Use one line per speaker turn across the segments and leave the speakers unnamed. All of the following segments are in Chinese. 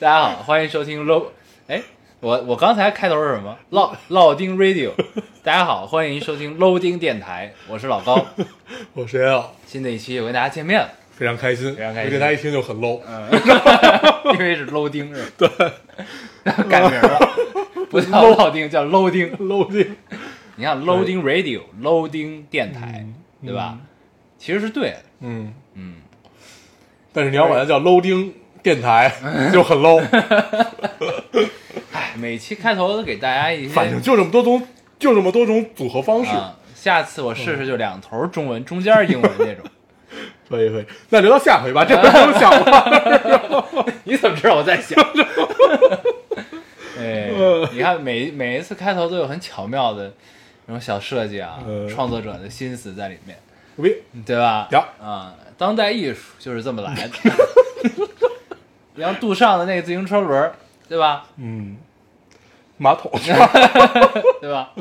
大家好，欢迎收听 Lo。哎，我我刚才开头是什么？老老丁 Radio。大家好，欢迎收听 Loading 电台，我是老高。
我谁啊？
新的一期又跟大家见面了，
非常开心，
非常开心嗯
我觉得他一听就很 low，、
因为是 Loading 是吧？对，改名了，不叫老丁，叫 Loading。
low 的。
你看 Loading Radio、Loading 电台，对吧？其实是对的。
嗯
嗯，
但是你要管它叫 low 丁电台就 很 low，
哎，每期开头都给大家一些
反正就这么多种，就这么多种组合方式。
啊，下次我试试，就两头中文，中间英文那种。
可以可以，那留到下回吧， 这回不用想了。
你怎么知道我在想？ 哎，你看每每一次开头都有很巧妙的那种小设计啊，
嗯
创作者的心思在里面，
牛逼，
对吧？
呀
啊，当代艺术就是这么来的。 你像杜尚的那个自行车轮儿，对吧？
嗯，马桶
嗯对 吧？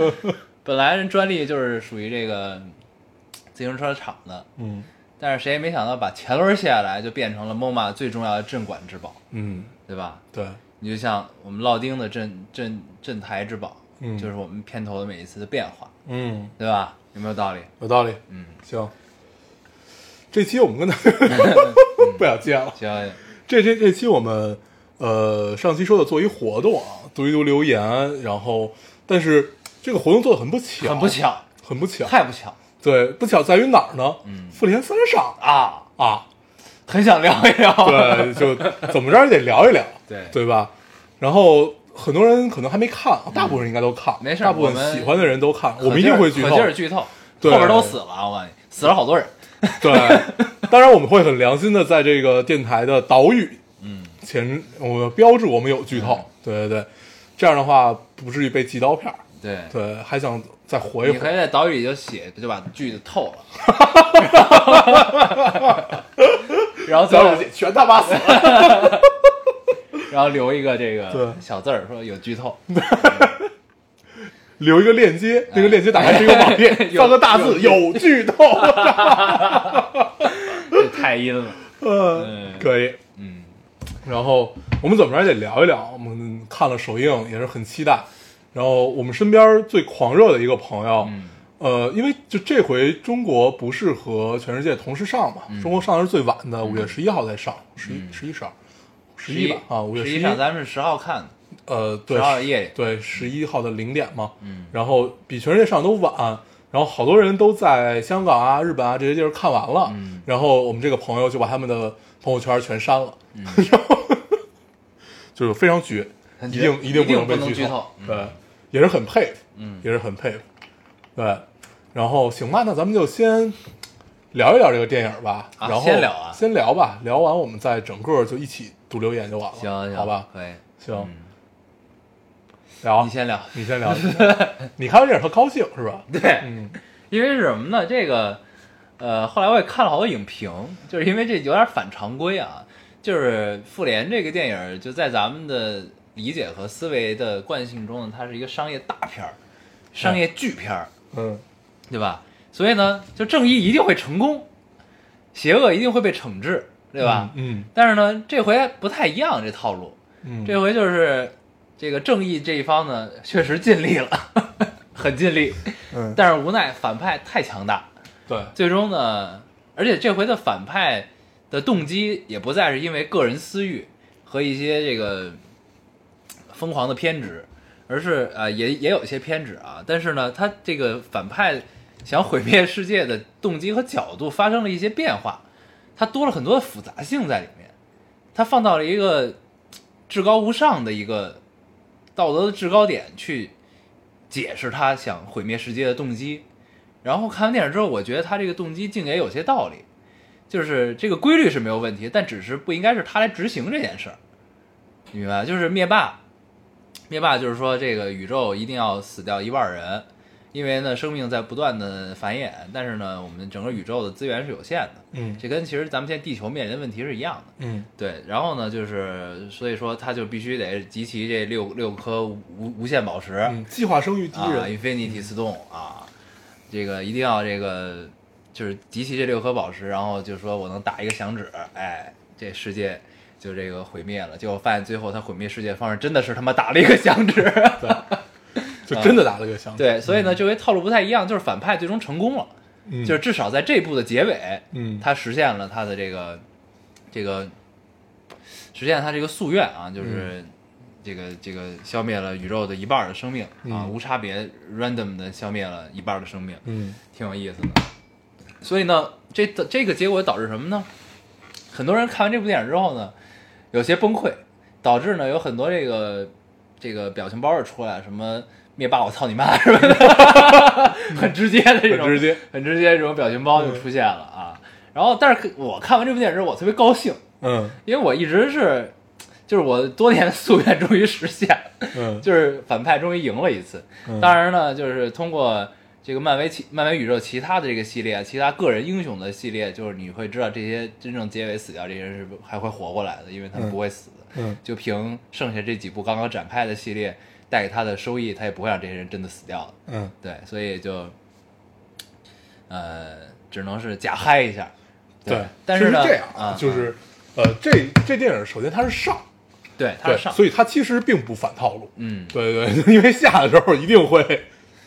本来人专利就是属于这个自行车厂的，
嗯
但是谁也没想到，把前轮卸下来就变成了 MoMA 最重要的镇馆之宝，
嗯，
对吧？
对，
你就像我们烙丁的镇镇镇台之宝，
嗯
就是我们片头的每一次的变化，
嗯，
对吧？有没有道理？
有道理。
嗯，
行，这期我 们跟他 不想接了。
行，
这这这期我们呃上期说的做一活动啊，读一读留言，然后但是这个活动做的很不巧，
很不，巧，
很不巧。
太不巧
对，不巧在于哪儿呢？
嗯
复联三上
啊！
啊，
很想聊一聊，
对，就怎么着也得聊一聊，
对
对吧？然后很多人可能还没看，啊大部分人应该都看，
没事
大部
我们
分喜欢的人都看，
可劲儿，
我们一定会剧
可
透
劲，儿剧透，后
对
边都死了啊，我告诉你，死了好多人，
对。当然，我们会很良心的在这个电台的岛屿，嗯，前我们标志我们有剧透，对对对，这样的话不至于被寄刀片儿。
对，
对，还想再活一
你可
回。
以在岛屿里就写，就把剧就透 了，然后最
咱
后
们全他妈死了。
然后留一个这个
对
小字儿说有剧透，
留一个链接，那个链接打开是一个网页，
有
三个大字有剧透。
这太阴了，
嗯，可以。
嗯，
然后我们怎么着也得聊一聊，我们看了首映也是很期待。然后我们身边最狂热的一个朋友，
嗯
呃，因为就这回中国不是和全世界同时上嘛，中国上的是最晚的，五月十一号再上，十一十一十二，十一吧啊，五月
十
一
一上咱们是十号看的，
呃，对，
12夜里
对，十一号的零点嘛，
嗯，
然后比全世界上都晚，然后好多人都在香港啊、日本啊这些地儿看完了，
嗯
然后我们这个朋友就把他们的朋友圈全删了，
嗯
然后 就是非常绝，
很
一
绝
定
一
定
定
能
不
被
能剧
剧
透嗯
对，也是很佩服，
嗯
也是很佩服，对，然后行吧，那咱们就先。聊一聊这个电影吧，
啊
然后
先聊啊
先聊吧，聊完我们再整个就一起读留言就完了，
行行，
好吧，
可以，
行，
嗯
聊，
你先聊，
你先聊，你看完电影特高兴是吧？
对，
嗯
因为是什么呢？这个，呃，后来我也看了好多影评，就是因为这有点反常规啊，就是《复联》这个电影就在咱们的理解和思维的惯性中呢，它是一个商业大片儿，商业巨片儿，
嗯
对吧？所以呢，就正义一定会成功，邪恶一定会被惩治，对吧？
嗯
但是呢，这回不太一样，这套路，
嗯，
这回就是这个正义这一方呢，确实尽力了， 很尽力，
嗯
但是无奈反派太强大，
对
最终呢，而且这回的反派的动机也不再是因为个人私欲和一些这个疯狂的偏执，而是呃也也有一些偏执啊，但是呢，他这个反派想毁灭世界的动机和角度发生了一些变化，它多了很多的复杂性在里面，它放到了一个至高无上的一个道德的制高点去解释他想毁灭世界的动机。然后看完电影之后，我觉得他这个动机竟也有些道理，就是这个规律是没有问题，但只是不应该是他来执行这件事儿，你明白吧？就是灭霸，灭霸就是说这个宇宙一定要死掉一半人，因为呢生命在不断的繁衍，但是呢我们整个宇宙的资源是有限的，
嗯
这跟其实咱们现在地球面临的问题是一样的。
嗯
对，然后呢，就是所以说他就必须得集齐这六六颗无无限宝石，
嗯，计划生育第一
啊
人，
，Infinity Stone 啊，这个一定要这个就是集齐这六颗宝石，然后就说我能打一个响指，哎，这世界就这个毁灭了。结果发现最后他毁灭世界的方式真的是他妈打了一个响指，
就真的打了个响指，
对，所以呢，这回套路不太一样，就是反派最终成功了，
嗯，
就是至少在这一部的结尾，
嗯
他实现了他的这个这个实现了他这个夙愿啊，就是这个这个消灭了宇宙的一半儿的生命啊，
嗯
无差别 random 的消灭了一半儿的生命，
嗯
挺有意思的。所以呢，这这个结果导致什么呢？很多人看完这部电影之后呢，有些崩溃，导致呢有很多这个这个表情包儿出来，什么灭霸我操你妈什么的， 很直接的这种，
很直接，
很直接这种表情包就
嗯
出现了啊。然后，但是我看完这部电影之后，我特别高兴，
嗯
因为我一直是，就是我多年的夙愿终于实现了。
嗯，
就是反派终于赢了一次。
嗯
当然呢，就是通过这个漫威其漫威宇宙其他的这个系列，其他个人英雄的系列，就是你会知道这些真正结尾死掉这些人是不还会活过来的，因为他们
嗯
不会死的。
嗯
就凭剩下这几部刚刚展开的系列带给他的收益，他也不会让这些人真的死掉的。
嗯，
对，所以就，呃，只能是假嗨一下。
对，
但
其实
呢，
这样
啊，
就是呃，这这电影首先它是上，
对他
对，
上，
所以它其实并不反套路，
嗯，
对对，对因为下的时候一定会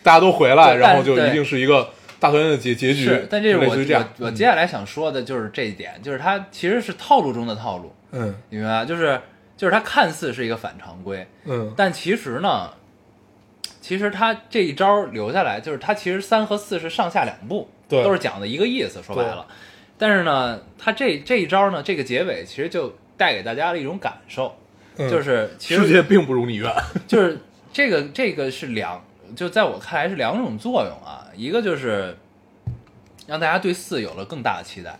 大家都回来，
对
然后就
但
一定是一个大团圆的结结局
是，，但这是
类
我
似于这样，
我
嗯
我接下来想说的就是这一点，就是它其实是套路中的套路，
嗯
你明白吗？就是就是它看似是一个反常规，
嗯
但其实呢，其实它这一招留下来，就是它其实三和四是上下两部，
对
都是讲的一个意思，说白了。但是呢，它这这一招呢，这个结尾其实就带给大家了一种感受，
嗯，
就是其实
世界并不如你愿，
就是这个这个是两，就在我看来是两种作用啊，一个就是让大家对四有了更大的期待，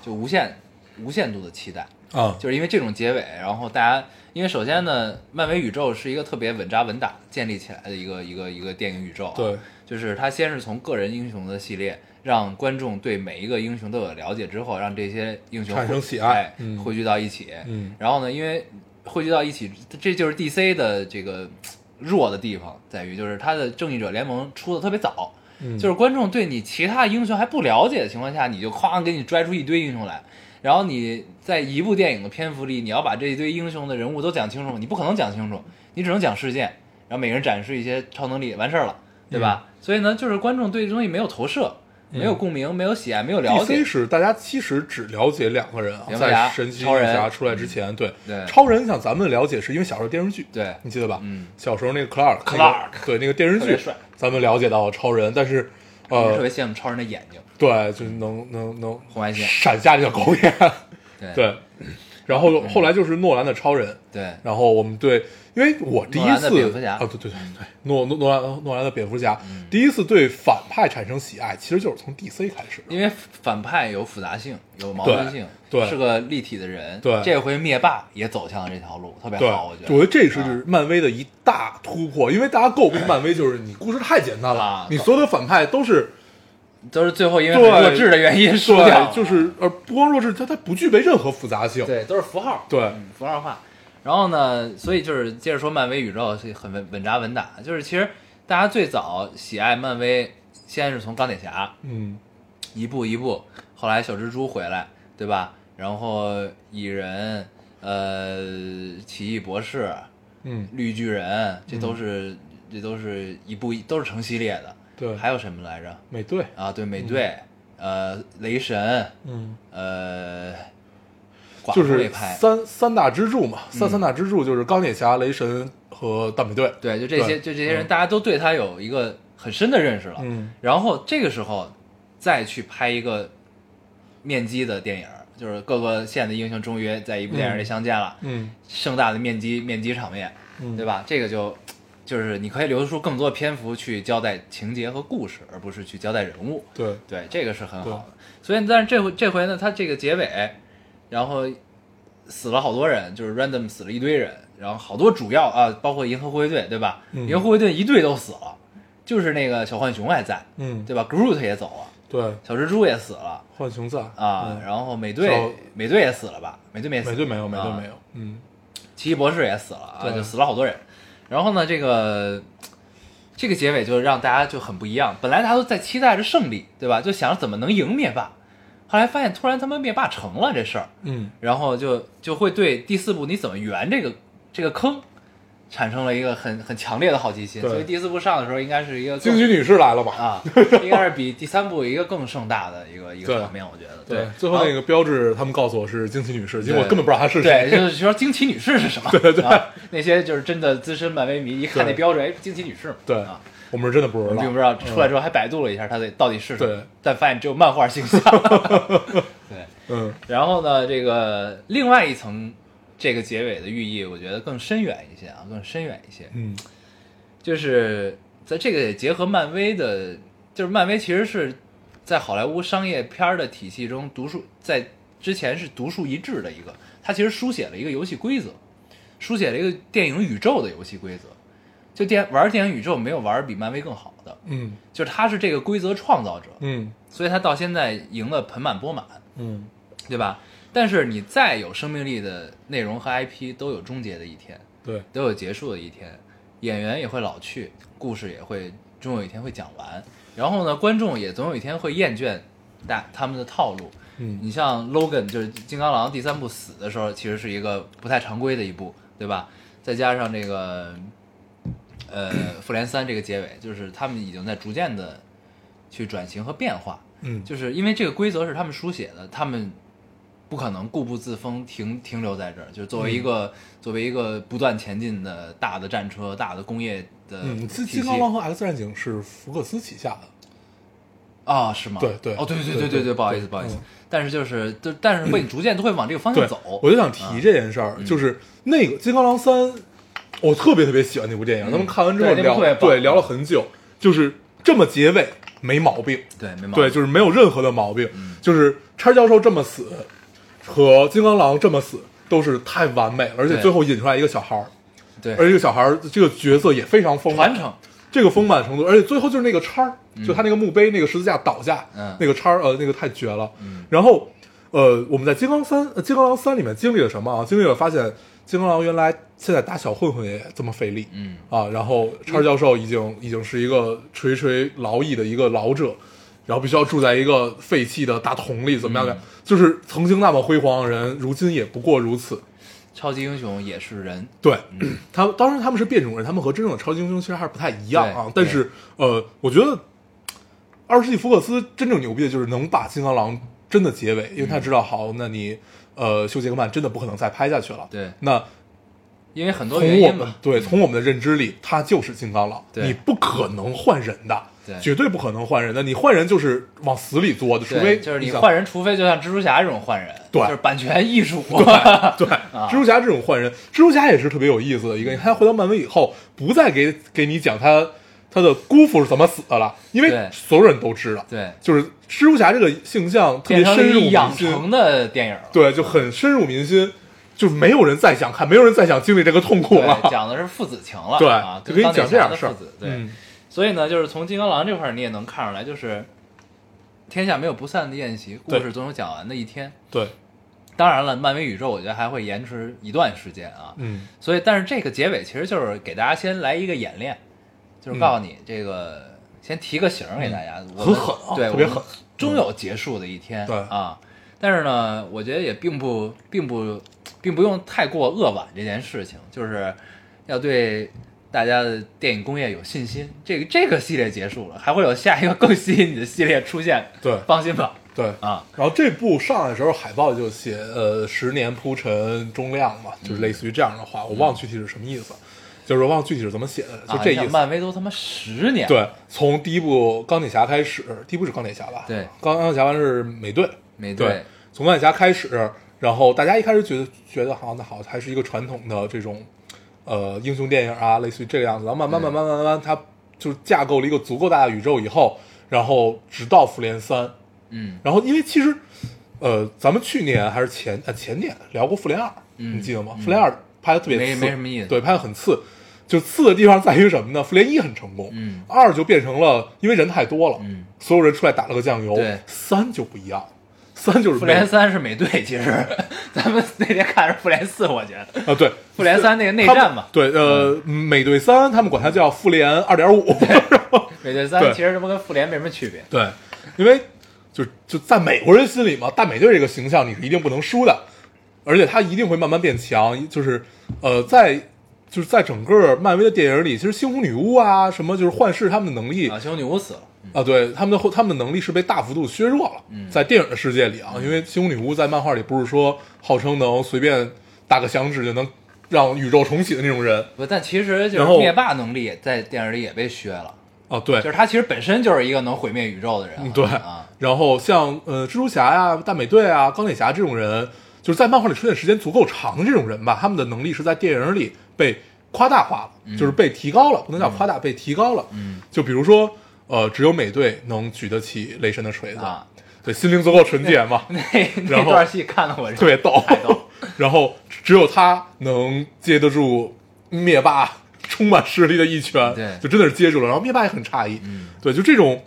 就无限无限度的期待，
啊，
就是因为这种结尾，然后大家因为首先呢，漫威宇宙是一个特别稳扎稳打建立起来的一个一个一个电影宇宙、啊，
对，
就是它先是从个人英雄的系列。让观众对每一个英雄都有了解之后，让这些英雄
产生
汇
喜爱
哎
嗯
汇聚到一起，
嗯
然后呢，因为汇聚到一起，这就是 DC 的这个弱的地方，在于就是它的正义者联盟出的特别早，
嗯，
就是观众对你其他英雄还不了解的情况下，你就哐给你拽出一堆英雄来，然后你在一部电影的篇幅里，你要把这一堆英雄的人物都讲清楚，你不可能讲清楚，你只能讲事件，然后每个人展示一些超能力，完事儿了，对吧？
嗯
所以呢，就是观众对这东西没有投射，没有共鸣，没有喜爱，没有了解
DC，是大家其实只了解两个人啊，
蝙蝠侠
在神奇女
超人嗯
侠出来之前，对
对
超人，像咱们了解是因为小时候电视剧，
对
你记得吧？
嗯，
小时候那个 Clark，那个
Clark
对那个电视
特别
剧
帅，
咱们了解到超人，但是
我特
呃
别，羡慕超人的眼睛，
对，就能能能
红外线
闪瞎这个狗眼，
对嗯
对。然后后来就是诺兰的超人，
对
然后我们对，因为我第
诺
一
兰的
次
蝙蝠侠嗯
啊，对对对对，诺诺诺兰诺兰的蝙蝠侠，第一次对反派产生喜爱，其实就是从 DC 开始的。
因为反派有复杂性，有矛盾性，
对对
是个立体的人。
对
这回灭霸也走向了这条路，特别
对，
好，我觉
我觉
得。啊
得这是漫威的一大突破，因为大家诟病漫威就是你故事太简单了，
啊
你所有的反派都是
都是最后因为
对
很弱智的原因输掉了，
对，就是呃，不光弱智，它它不具备任何复杂性。
对，都是符号，
对
嗯符号化。然后呢，所以就是接着说漫威宇宙是很稳稳扎稳打，就是其实大家最早喜爱漫威，先是从钢铁侠，
嗯
一步一步，后来小蜘蛛回来，对吧？然后蚁人，呃，奇异博士，
嗯，
绿巨人，这都是、这都是一部都是成系列的。
对嗯
还有什么来着？
美队，
啊，对，美队，呃，雷神，
嗯，
呃，寡
就
妇嗯
是
也拍，
三三大支柱嘛，三三大支柱就是钢铁侠、雷神和大美队。
对，就这些，
对
就这些人，大家都对他有一个很深的认识了。
嗯，
然后这个时候再去拍一个面基的电影，就是各个县的英雄终于在一部电影里相见了，
嗯
盛大的面基面基场面，
嗯
对吧？这个就就是你可以留出更多篇幅去交代情节和故事，而不是去交代人物。
对，
对，这个是很好的。所以，但是这回这回呢，它这个结尾，然后死了好多人，就是 random 死了一堆人，然后好多主要啊，包括银河护卫队，对吧？
嗯
银河护卫队一队都死了，就是那个小浣熊还在，
嗯，
对吧？Groot 也走了，
对，
小蜘蛛也死了
浣熊在
啊，
嗯
然后美队
小
美队也死了吧？美队没死，
美队没有，美队
啊
没有，嗯，
奇异博士也死了啊，
对
就死了好多人。然后呢，这个这个结尾就让大家就很不一样。本来大家都在期待着胜利，对吧？就想着怎么能赢灭霸，后来发现突然他妈灭霸成了这事儿，
嗯，
然后就就会对第四部你怎么圆这个这个坑产生了一个很很强烈的好奇心。
对
所以第四部上的时候应该是一个
惊
更
奇女士来了吧？
啊，应该是比第三部一个更盛大的一个一个
对
场面，我觉得
对，最后那个标志他们告诉我是惊奇女士，结果我根本不知道她是
对，
谁。
就是说惊奇女士是 什么？对对、啊，那些就是真的资深漫威迷一看那
对
标志，哎，惊奇女士嘛。
对
啊，
我们是真的不
我
知
们
道，
并不知道出来之后还百度了一下它的到底是什么，
对
但发现只有漫画 形象。 对，
嗯，
然后呢，这个另外一层这个结尾的寓意，我觉得更深远一些啊，更深远一些，
嗯
就是在这个也结合漫威的，就是漫威其实是在好莱坞商业片儿的体系中独树在之前是独树一帜的一个，它其实书写了一个游戏规则，书写了一个电影宇宙的游戏规则。就电玩电影宇宙没有玩比漫威更好的，
嗯
就是他是这个规则创造者，
嗯
所以他到现在赢得盆满钵满。
嗯，
对吧？但是你再有生命力的内容和 IP 都有终结的一天，
对，
都有结束的一天，演员也会老去，故事也会终有一天会讲完。然后呢，观众也总有一天会厌倦大他们的套路。
嗯
你像 Logan 就是金刚狼第三部死的时候，其实是一个不太常规的一部，对吧？再加上这个呃复联三这个结尾，就是他们已经在逐渐的去转型和变化。
嗯，
就是因为这个规则是他们书写的，他们不可能固步自封停停留在这儿。就是作
嗯
为一个、作为一个不断前进的大的战车、大的工业的
嗯，金
体系
金刚狼和 X 战警是福克斯旗下的，
啊，是吗？
对对
哦，对对
对
对对
对
不好意思
对
不好意思
嗯，
但是就是就但是会逐渐都会往这个方向
对
走。，嗯
我就想提这件事儿，就是那个《金刚狼三》，我特别特别喜欢那部电影，咱们看完之
嗯
后
对那部
聊
特别，棒
对，聊了很久，就是这么结尾没毛病，
对没毛病。嗯
对，就是没有任何的毛病，就是叉教授这么死和金刚狼这么死都是太完美了，而且
对
最后引出来一个小孩儿，
对
而这个小孩儿这个角色也非常丰满
传，承
这个丰满程度，而且最后就是那个叉儿，就他那个墓碑那个十字架倒下，
嗯
那个叉儿呃那个太绝了。然后呃我们在金刚三呃金刚狼三里面经历了什么啊？经历了发现金刚狼原来现在打小混混也这么费力，
嗯
啊，然后叉儿教授已经已经是一个垂垂老矣的一个老者。然后必须要住在一个废弃的大桶里，怎么样的？
嗯
就是曾经那么辉煌的人，如今也不过如此。
超级英雄也是人，
对，
嗯
他们当然他们是变种人，他们和真正的超级英雄其实还是不太一样啊
对。
但是呃，我觉得二十世纪福克斯真正牛逼的就是能把金刚狼真的结尾，
嗯
因为他知道好，那你呃，休杰克曼真的不可能再拍下去了。
对
那
因为很多原
从我
因
们
嘛。
对从我们的认知里，他就是金刚狼，
对
你不可能换人的
对。
绝对不可能换人的，你换人就是往死里作的，除非
对，就是你
想
换人，除非就像蜘蛛侠这种换人，
对
就是版权艺术，
对，
啊
蜘蛛侠这种换人，蜘蛛侠也是特别有意思的一个。他回到漫威以后，不再给给你讲他他的姑父是怎么死的了，因为
对
所有人都知 道。
对
就是蜘蛛侠这个形象特
变
别
成了
深入
一
民
养成
心，
的电影了。
对，就很深入民心，就没有人再想看，没有人再想经历这个痛苦了
对，。讲的是父子情了，
对
啊，
就
跟
给你
钢铁
讲这
侠
样
的
的事儿
父子，。对，
嗯，
所以呢，就是从金刚狼这块儿你也能看出来，就是天下没有不散的宴席，故
对
事总有讲完的一天。
对，
当然了，漫威宇宙我觉得还会延迟一段时间啊，
嗯，
所以但是这个结尾其实就是给大家先来一个演练，就是告诉你这个、先提个醒儿给大家，我们
很狠啊
对，
特别
我们
狠
终有结束的一天，
对
啊。但是呢，我觉得也并不并不并不用太过扼腕这件事情，就是要对大家的电影工业有信心。这个这个系列结束了，还会有下一个更吸引你的系列出现，
对
放心吧，
对。
啊，
然后这部上来的时候，海报就写呃十年铺陈终亮嘛，
嗯
就是类似于这样的话，我忘了具体是什么意思，就是我忘了具体是怎么写的，就
啊
这
你
意
想
思。
漫威都他妈十年，
对，从第一部钢铁侠开始，第一部是钢铁侠吧？
对
钢钢铁侠完是美队，
美
对，
队，
从钢铁侠开始，然后大家一开始觉得觉得好像那好还是一个传统的这种呃英雄电影啊，类似于这个样子，然后慢慢慢慢慢慢慢，它就是架构了一个足够大的宇宙以后，然后直到复联三，
嗯，
然后因为其实呃，咱们去年还是前呃前年聊过《复联二》，
嗯
你记得吗？
嗯
复联二》拍的特别
没
次
没什么意思
对，拍的很次。就次的地方在于什么呢？复联一很成功，
嗯
二就变成了因为人太多了，
嗯，
所有人出来打了个酱油，
对
三就不一样，三就是
复联
没
三是美队，其实 咱们那天看是复联四，我觉得
啊，对，
复联三那个内
他们
战嘛，嗯
对，呃，美队三他们管它叫复联二点五，
美队三
对
其实他妈跟复联没什么区别，
对，因为就就在美国人心里嘛，大美队这个形象你是一定不能输的，而且他一定会慢慢变强。就是呃，在就是在整个漫威的电影里，其实猩红女巫啊，什么就是幻视他们的能力
啊，
啊、
猩红女巫死了，嗯
对他们的后他们的能力是被大幅度削弱了。
嗯
在电影的世界里啊，因为猩红女巫在漫画里不是说号称能随便打个响指就能让宇宙重启的那种人
不，但其实就是
然后
灭霸能力也在电影里也被削了，
啊，对，
就是他其实本身就是一个能毁灭宇宙的人啊，
嗯，对
啊，
然后像呃蜘蛛侠呀、大美队啊、钢铁侠这种人，就是在漫画里出现时间足够长的这种人吧，他们的能力是在电影里被夸大化了，就是被提高了，不能叫夸大，被提高了。
嗯，
就比如说，呃，只有美队能举得起雷神的锤子，
啊
对，心灵足够纯洁嘛，
那
然
那
后
段戏看的我
特别逗
太逗。
然后只有他能接得住灭霸充满实力的一拳，
对
就真的是接住了。然后灭霸也很诧异，
嗯
对，就这种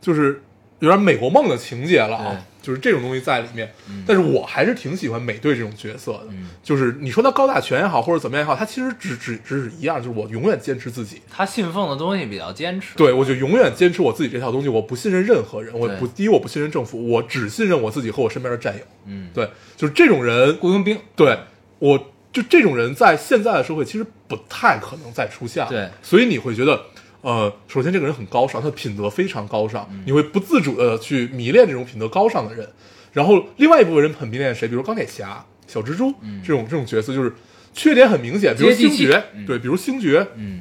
就是有点美国梦的情节了啊
对，
就是这种东西在里面。但是我还是挺喜欢美队这种角色的，
嗯
就是你说他高大全也好，或者怎么样也好，他其实只只只是一样，就是我永远坚持自己。
他信奉的东西比较坚持，
对，我就永远坚持我自己这套东西，我不信任任何人，我
对
不第一我不信任政府，我只信任我自己和我身边的战友。
嗯，
对，就是这种人，
雇佣兵，
对我就这种人在现在的社会其实不太可能再出现了。
对
所以你会觉得，呃，首先这个人很高尚，他的品德非常高尚，
嗯
你会不自主的去迷恋这种品德高尚的人。然后另外一部分人很迷恋谁，比如钢铁侠、小蜘蛛、这种这种角色，就是缺点很明显，比如
嗯接地
星
气
爵，
嗯
对，比如星爵，
嗯，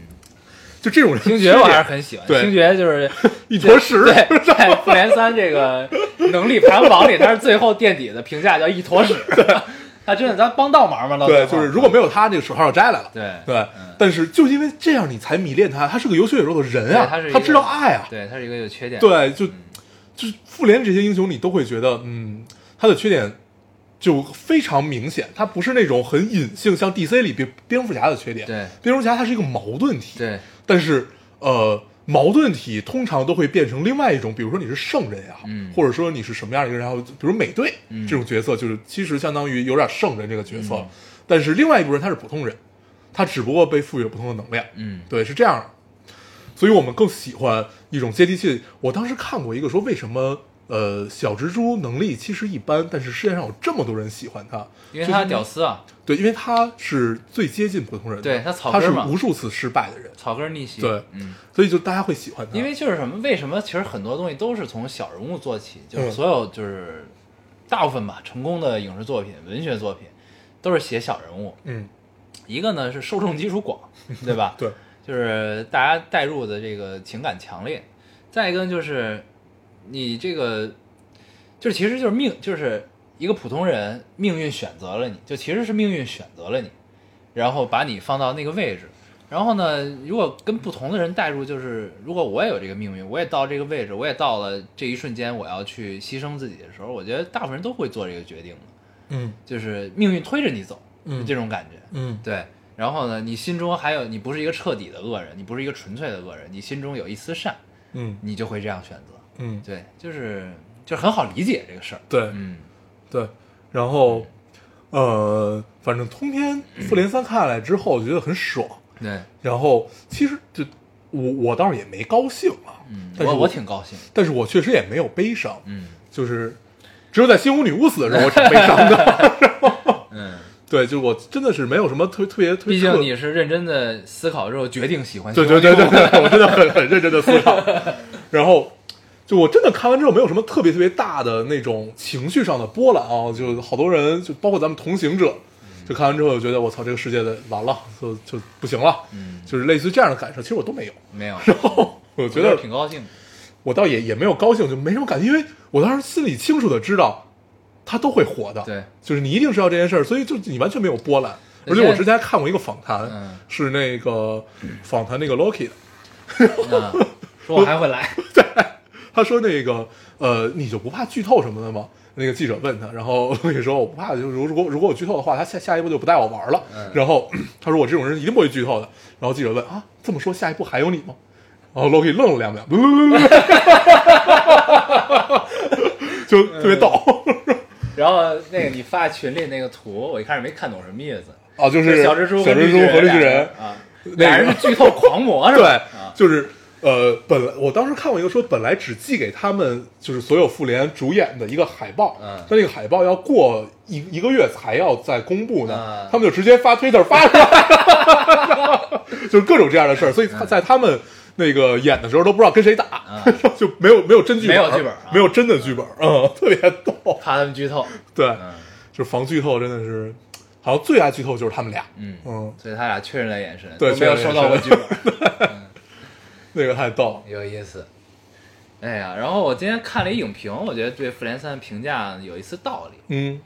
就这种人
星
缺
爵我还
点
是很喜欢，
对
星爵就是
一坨屎，
对，在复联三这个能力排行榜里，他是最后垫底的评价叫一坨屎， 他真的咱帮倒忙嘛，到
对，
最
就
后
是如果没有他，这个手套就摘来了。
对嗯
对，但是就因为这样，你才迷恋他，他是个有血有肉的人啊，
对他是一
他
个
知道爱啊，
对，他是一个有缺点，，
对，就
嗯
就是复联这些英雄，你都会觉得，嗯，他的缺点就非常明显，他不是那种很隐性，像 DC 里蝙蝙蝠侠的缺点。
对
蝙蝠侠他是一个矛盾体，
对，
但是呃，矛盾体通常都会变成另外一种，比如说你是圣人也好，
嗯
或者说你是什么样的一个人也好，然后比如美队、
嗯
这种角色，就是其实相当于有点圣人这个角色，但是另外一部分人他是普通人，他只不过被赋予了不同的能量，
嗯
对，是这样的。所以我们更喜欢一种接地气。我当时看过一个说，为什么呃小蜘蛛能力其实一般，但是世界上有这么多人喜欢他，
因为他
就是
屌丝啊，
对，因为他是最接近普通人的，
对他草
他
根
是
嘛
无数次失败的人，
草根逆袭，
对啊
嗯。
所以就大家会喜欢他，
因为就是什么？为什么其实很多东西都是从小人物做起，就是
嗯
所有就是大部分吧，成功的影视作品、文学作品都是写小人物。
嗯，
一个呢是受众基础广， 对吧？
对，
就是大家带入的这个情感强烈。再一个就是你这个，就是其实就是命，就是一个普通人命运选择了你，就其实是命运选择了你，然后把你放到那个位置。然后呢，如果跟不同的人带入，就是如果我也有这个命运，我也到这个位置，我也到了这一瞬间，我要去牺牲自己的时候，我觉得大部分人都会做这个决定的，
嗯
就是命运推着你走，
嗯
这种感觉。
嗯
对，然后呢，你心中还有，你不是一个彻底的恶人，你不是一个纯粹的恶人，你心中有一丝善，
嗯
你就会这样选择。
嗯，
对，就是就是很好理解这个事儿。
对
嗯，
对，然后呃，反正通篇复联三看下来之后，我觉得很爽。
对，
然后其实就我我倒是也没高兴啊，
嗯，
但是
我
我
我挺高兴。
但是我确实也没有悲伤，
嗯
就是只有在猩红女巫死的时候，我挺悲伤 的。
嗯，
对，就是我真的是没有什么特特别特别
毕
特
竟你是认真的思考之后决定喜欢。
对对对对，对，我真的很很认真的思考。 然后，就我真的看完之后，没有什么特别特别大的那种情绪上的波澜啊，就好多人，就包括咱们同行者，
嗯
就看完之后就觉得我操，这个世界的完了，就就不行了，
嗯，
就是类似于这样的感受，其实我都没有。
没有，
然后 我觉
我
得
挺高兴的。
我倒也也没有高兴，就没什么感觉，因为我当时心里清楚的知道，他都会火的，
对，
就是你一定知道这件事儿，所以就你完全没有波澜。
而
而
且
且我之前还看过一个访谈，
嗯
是那个访谈那个 Loki 的，
那 说我还会来。
他说那个呃，你就不怕剧透什么的吗？那个记者问他，然后 也说我不怕，就是如如果如果我剧透的话，他下下一步就不带我玩了。
哎
然后 他说我这种人一定不会剧透的。然后记者问啊，这么说下一步还有你吗？然后 Loki 愣了两秒， 就特别逗
哎然后那个你发群里那个图，我一开始没看懂什么意思，
啊，就是
小蜘蛛
小
跟
蜘蛛
绿
和绿巨人，
啊，
那
俩人
个
是剧透狂魔是
对
吧？啊，
就是呃，本来我当时看过一个说，本来只寄给他们就是所有复联主演的一个海报，
嗯
但那个海报要过一一个月才要再公布呢，
嗯
他们就直接发推特发出来， 就是各种这样的事儿，所以
嗯
他在他们。那个演的时候都不知道跟谁打， 就没有没有真剧本，
没有剧本啊
没有真的剧本，嗯，特别逗，
怕他们剧透，
对，
嗯
就是防剧透真的是，好像最爱剧透就是他们俩，
嗯，
嗯，
所以他俩确认了眼神，
对
都没有
确认
收
了
到过
眼
剧
神
本，
那个太逗了，
有意思。哎呀，然后我今天看了一影评，我觉得对《复联三》评价有一丝道理。
嗯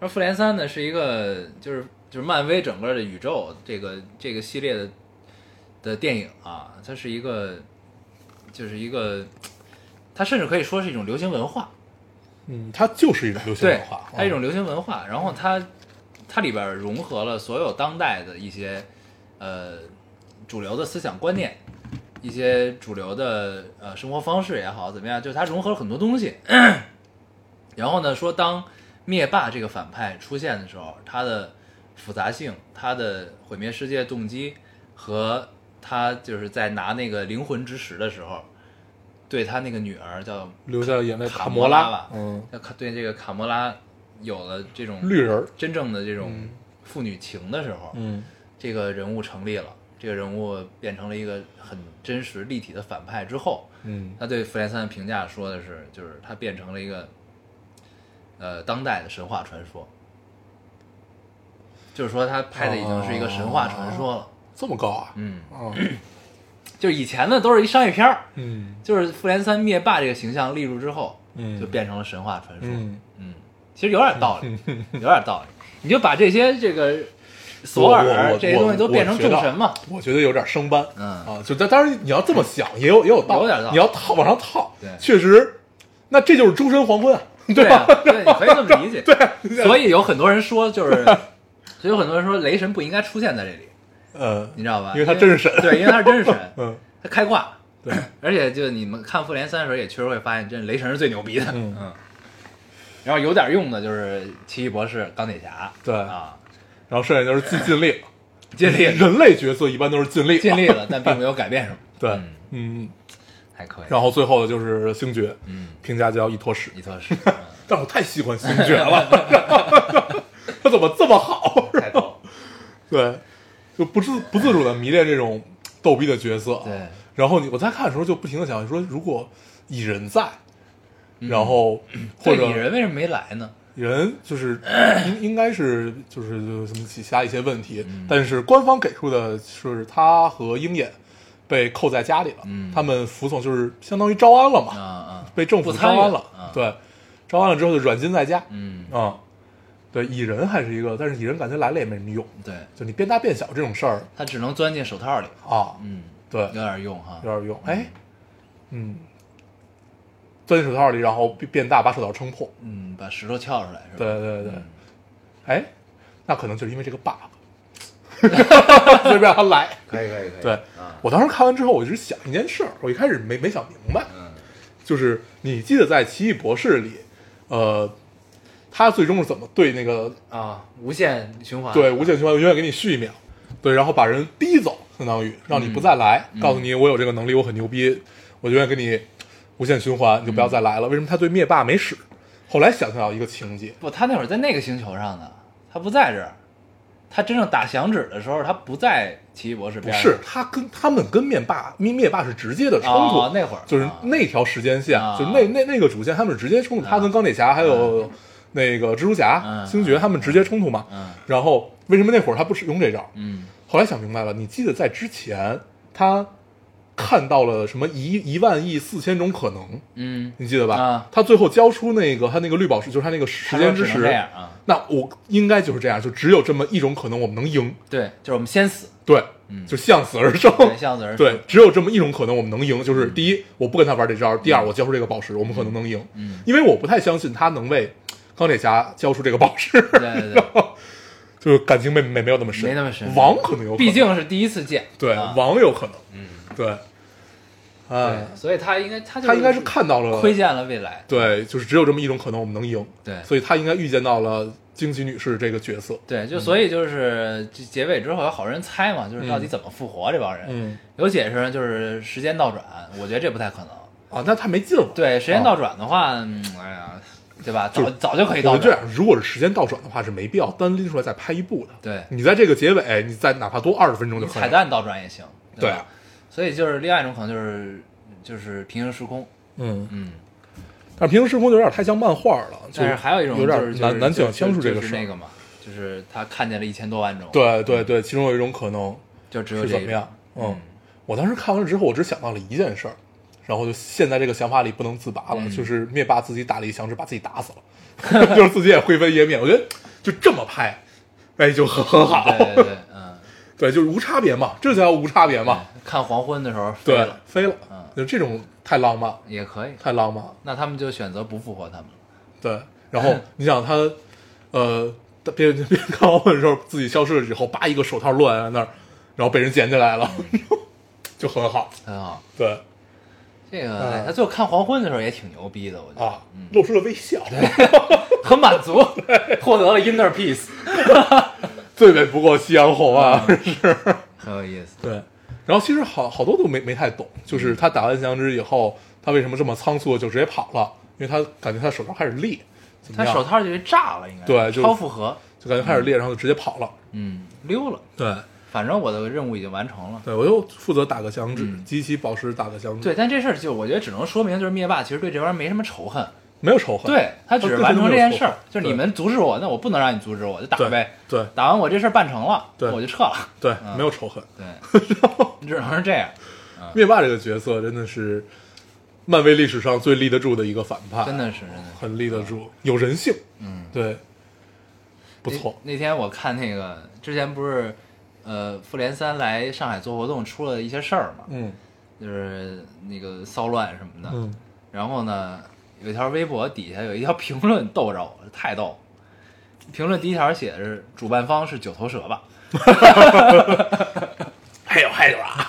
而《复联三》呢，是一个就是就是漫威整个的宇宙这个这个系列的的电影啊，它是一个就是一个，它甚至可以说是一种流行文化，
嗯，它就是一种流行文
哎对
化，，
它一种
嗯
流行文化，然后它它里边儿融合了所有当代的一些呃主流的思想观念，一些主流的呃生活方式也好，怎么样，就是它融合了很多东西。 然后呢，说当灭霸这个反派出现的时候，他的复杂性、他的毁灭世界动机和他就是在拿那个灵魂之石的时候，对他那个女儿叫
留下眼泪
卡
卡摩
拉吧，
嗯，，
要卡对这个卡莫拉有了这种
绿人儿，
真正的这种父女情的时候，
嗯
这个人物成立了，这个人物变成了一个很真实立体的反派之后，
嗯
他对复联三的评价说的是，就是他变成了一个呃当代的神话传说，就是说他拍的已经是一个神话传说了，
这么高啊，
嗯，
啊，
就是以前呢都是一商业片儿，
嗯
就是复联三灭霸这个形象立住之后，
嗯
就变成了神话传说，
嗯，
嗯，其实有点道 理，有点道理。你就把这些这个索
我
尔
我
这些东西都变成众神嘛，
我觉得有点生搬，
嗯
啊，就但当然你要这么想也有也有道理，
有点道理
你要套往上套，
对
确实，那这就是诸神黄昏啊，
对啊
吧？
对，你可以这么理解。
对
所以有很多人说，就是，所以有很多人说雷神不应该出现在这里，
呃，
你知道吧？
因为他真是神
对，因为他是真是 神，
嗯，
他开挂。对，而且就你们看复联三的时候，也确实会发现，真雷神是最牛逼的，
嗯
嗯。然后有点用的就是奇异博士、钢铁侠，
对
啊，
然后剩下就是尽尽力，
尽力 了，
人类角色一般都是尽力，
尽力了，但并没有改变什么，
对
嗯，
嗯，
还可以。
然后最后的就是星爵，
嗯，
评价叫一坨屎，
你说是。
但我太喜欢星爵了， 他怎么这么好？
太 逗了，
对，就不自不自主的迷恋这种逗逼的角色。
对，
然后你我在看的时候就不停的想说，如果蚁人在，然 后或
对
者
嗯蚁人为什么没来呢？
人就是应 应该是就是就是什么其他一些问题，
嗯
但是官方给出的是他和鹰眼被扣在家里了，
嗯
他们服从就是相当于招安了嘛，
啊啊，
被政府
不
招
参与
安
了
了，
啊
对，招安了之后就软禁在家，
嗯，
啊、对，蚁人还是一个，但是蚁人感觉来了也没什么用，
对，
就你变大变小这种事儿
他只能钻进手套里，
啊，
嗯，
对，
有点用哈
有，点用。哎，嗯，钻进手套里，然后变变大，把手套撑破。
嗯，把石头撬出来是吧？
对对对，哎，那可能就是因为这个 bug，所以让他来。
可以可以可以
对，我当时看完之后，我一直想一件事儿，我一开始没没想明白，
嗯，
就是你记得在《奇异博士》里，呃，他最终是怎么对那个
啊，无限循环，
对，无限循环，永远给你续一秒，对，然后把人逼走，相当于让你不再来，
嗯
告诉你我有这个能力，我很牛逼，我永远给你无限循环，你就不要再来了。为什么他对灭霸没使？后来想象到一个情节，
不，他那会儿在那个星球上呢，他不在这儿，他真正打响指的时候，他不在奇异博士
不
边上，
是他跟他们跟灭霸灭灭霸是直接的冲突，
哦那会儿
就是
啊
那条时间线，
啊
就是那那那个主线，他们是直接冲突，他跟钢铁侠还有那个蜘蛛侠、
嗯
星爵他们直接冲突嘛。
嗯
然后为什么那会儿他不使用这招？
嗯
后来想明白了，你记得在之前他看到了什么一一万亿四千种可能，
嗯，
你记得吧？
啊
他最后交出那个他那个绿宝石，就是他那个时间之
他说只能这样
石。
啊，
那我应该就是这样，就只有这么一种可能，我们能赢。
对，就是我们先死，
对，
嗯
就向死而生。
对向死而生
对，只有这么一种可能，我们能赢，就是第一，我不跟他玩这招；第二，我交出这个宝石，我们可能能赢。
嗯，
因为我不太相信他能为钢铁侠交出这个宝石，
对对对，
就是感情没没没有那么深，
没那么深
王可能有可能，
毕竟是第一次见，
对、
啊
王有可能，嗯，对，哎，
对，所以他应该他就
他应该是看到了
窥见了未来，
对，就是只有这么一种可能，我们能赢。
对
所以他应该预见到了惊奇女士这个角色。
对，就所以就是结结尾之后有好多人猜嘛，就是到底怎么复活这帮人，
嗯
有解释就是时间倒转，我觉得这不太可能。
啊，那他没劲了。，
对，时间倒转的话，嗯，哎呀，对吧？
哦就
早早就可以
我
倒
觉得这
转，
样，如果是时间倒转的话，是没必要单拎出来再拍一部的。
对
你在这个结尾，你再哪怕多二十分钟嗯就可以。
彩，蛋倒转也行，
对
吧
啊？
所以就是另外一种可能就是就是平行时空，
嗯，
嗯，
但是平行时空就有点太像漫画了，就
但是还有一种
有
就
点
是
难难讲
讲
清楚这
个
事
是
儿。
那嘛，就是他看见了一千多万种，，
对对对，其中有一种可能
就只有
是
这
怎
一
么
种
样？嗯，我当时看完了之后，我只想到了一件事儿，然后就陷在这个想法里不能自拔了，
嗯
就是灭霸自己打了一响指，把自己打死了， 就是自己也灰飞烟灭。我觉得就这么拍，哎，就很很好，
对对 对，嗯，
对就是无差别嘛，这才叫无差别嘛。
看黄昏的时候飞
对
了，
飞了
嗯，
就这种太浪漫，
也可以，
太浪漫了。
那他们就选择不复活他们了，
对，然后你想他，呃，他别人别人看完我的时候自己消失了以后，叭一个手套落在那儿，然后被人捡起来了，
嗯
就很好。
很好。
对
啊这个、
嗯
哎他最后看黄昏的时候也挺牛逼的，我觉得、
啊，露出了微笑。
很满 足，获得了 inner peace，
最美不过夕阳红啊， 是。
很有意思。
对，然后其实好好多都没没太懂，就是他打完响指以后，他为什么这么仓促地就直接跑了？因为他感觉他手上开始裂，怎么
他
样？
手套就给炸了，应该是
对就是
超负荷，
就感觉开始裂，然后就直接跑了。
嗯，溜了。
对，
反正我的任务已经完成了。
对我又负责打个响指，集齐宝石打个响指，
对，，但这事儿就我觉得只能说明，就是灭霸其实对这玩意儿没什么仇恨，
没有仇恨，
对他只是
跟
完
都
成
没
这
有
件事
仇
儿
恨，
就是
对
你们阻止我，那我不能让你阻止我，就打
对
呗。
对
打完我这事儿办成了，
对
我就撤了。
对，
嗯
没有仇恨。
对，只能是这样，
灭霸这个角色真的是漫威历史上最立得住的一个反派，
真的是真的是。
很立得住，有人性。嗯，对，不错。
那。那天我看那个之前不是，呃，复联三来上海做活动出了一些事儿嘛，
嗯
就是那个骚乱什么的。
嗯
然后呢，有一条微博底下有一条 评论逗着我，太逗了。评论第一条写的是主办方是九头蛇 吧，
还有还有 啊，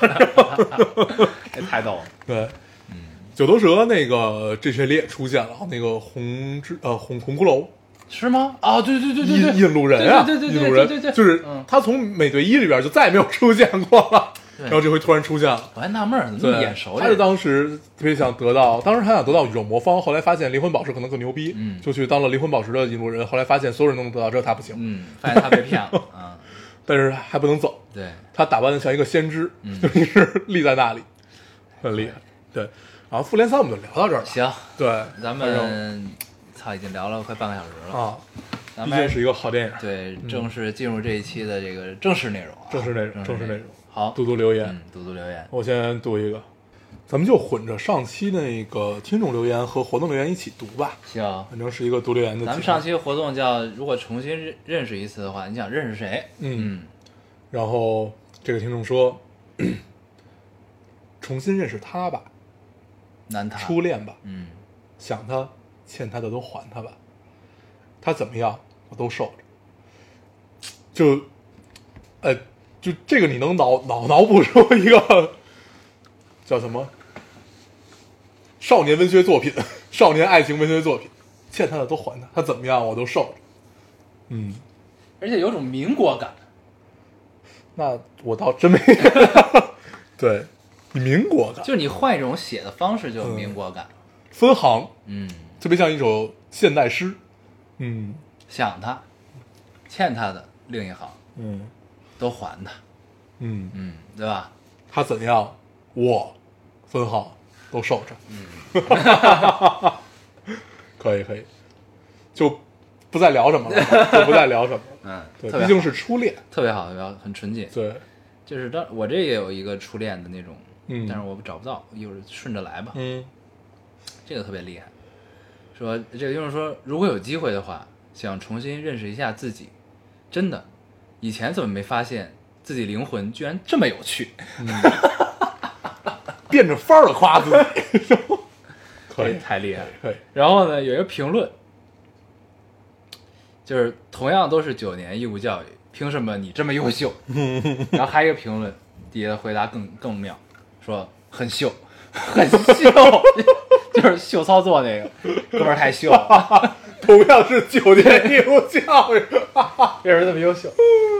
这太逗了。
对，嗯九头蛇那个这些列出现了，那个红之呃红红骷髅
是吗？哦，对对对对对，
印印度人啊，
对对对
印
对
度
对对对，
人就是
嗯，
他从美队一里边就再也没有出现过了，
对
然后这回突然出现了。
我还纳闷儿怎么那
对
么，眼熟
他
这
就
个。
当时特别想得到，当时他想得到宇宙魔方，后来发现灵魂宝石可能更牛逼，
嗯
就去当了灵魂宝石的引路人。后来发现所有人都能得到，只有他不行，
嗯，发现他被骗了。啊，
但是还不能走。
对，
他打扮的像一个先知，
嗯
就一直 立在那里，很厉害。对，然后复联三我们就聊到这儿了。
行，
对，
咱
反正
们操已经聊了快半个小时了，
啊，
咱
毕
们
竟是一个好电影。
对正式进入这一期的这个正式内容啊，
正式内容
正
正式内容
好，
读读留言，
嗯，读读留言，
我先读一个，咱们就混着上期那个听众留言和活动留言一起读吧，
行。
反正是一个嗯读留言的。
咱们上，期活动叫如果重新认认识一次的话，你想认识谁？
嗯，
嗯，
然后这个听众说， 重新认识他吧，
难他
初恋吧，
嗯，
想他，欠他的都还他吧，他怎么样我都受着。就，呃，就这个你能脑脑脑补出一个叫什么少年文学作品、少年爱情文学作品，欠他的都还他，他怎么样我都受着。嗯，
而且有种民国感，
那我倒真没， 对，民国感
就是你换一种写的方式就
嗯
有民国感。
分行，
嗯，
特别像一首现代诗。嗯
想他，欠他的另一行
嗯
都还他，
嗯。
嗯，对吧？
他怎样，我分号都受着。嗯， 可以可以，就不再聊什么了，就不再聊什么了。
嗯，
对，
特
毕
别
竟
好
是初恋。
特别好，特别好，很纯洁。
对，
就是当我这也有一个初恋的那种
嗯
但是我找不到，一会儿顺着来吧。
嗯
这个特别厉害。说这个就是说，如果有机会的话，想重新认识一下自己，真的，以前怎么没发现自己灵魂居然这么有趣？
变着法儿的夸自己， 可以
太厉害了。
可以，
然后呢，有一个评论，就是同样都是九年义务教育，凭什么你这么优 秀？然后还有一个评论，底下的回答更更妙，说很秀， 很秀，就是秀操作那个哥们儿太秀了，
同样是九年义务 教育，
为什么这么优秀？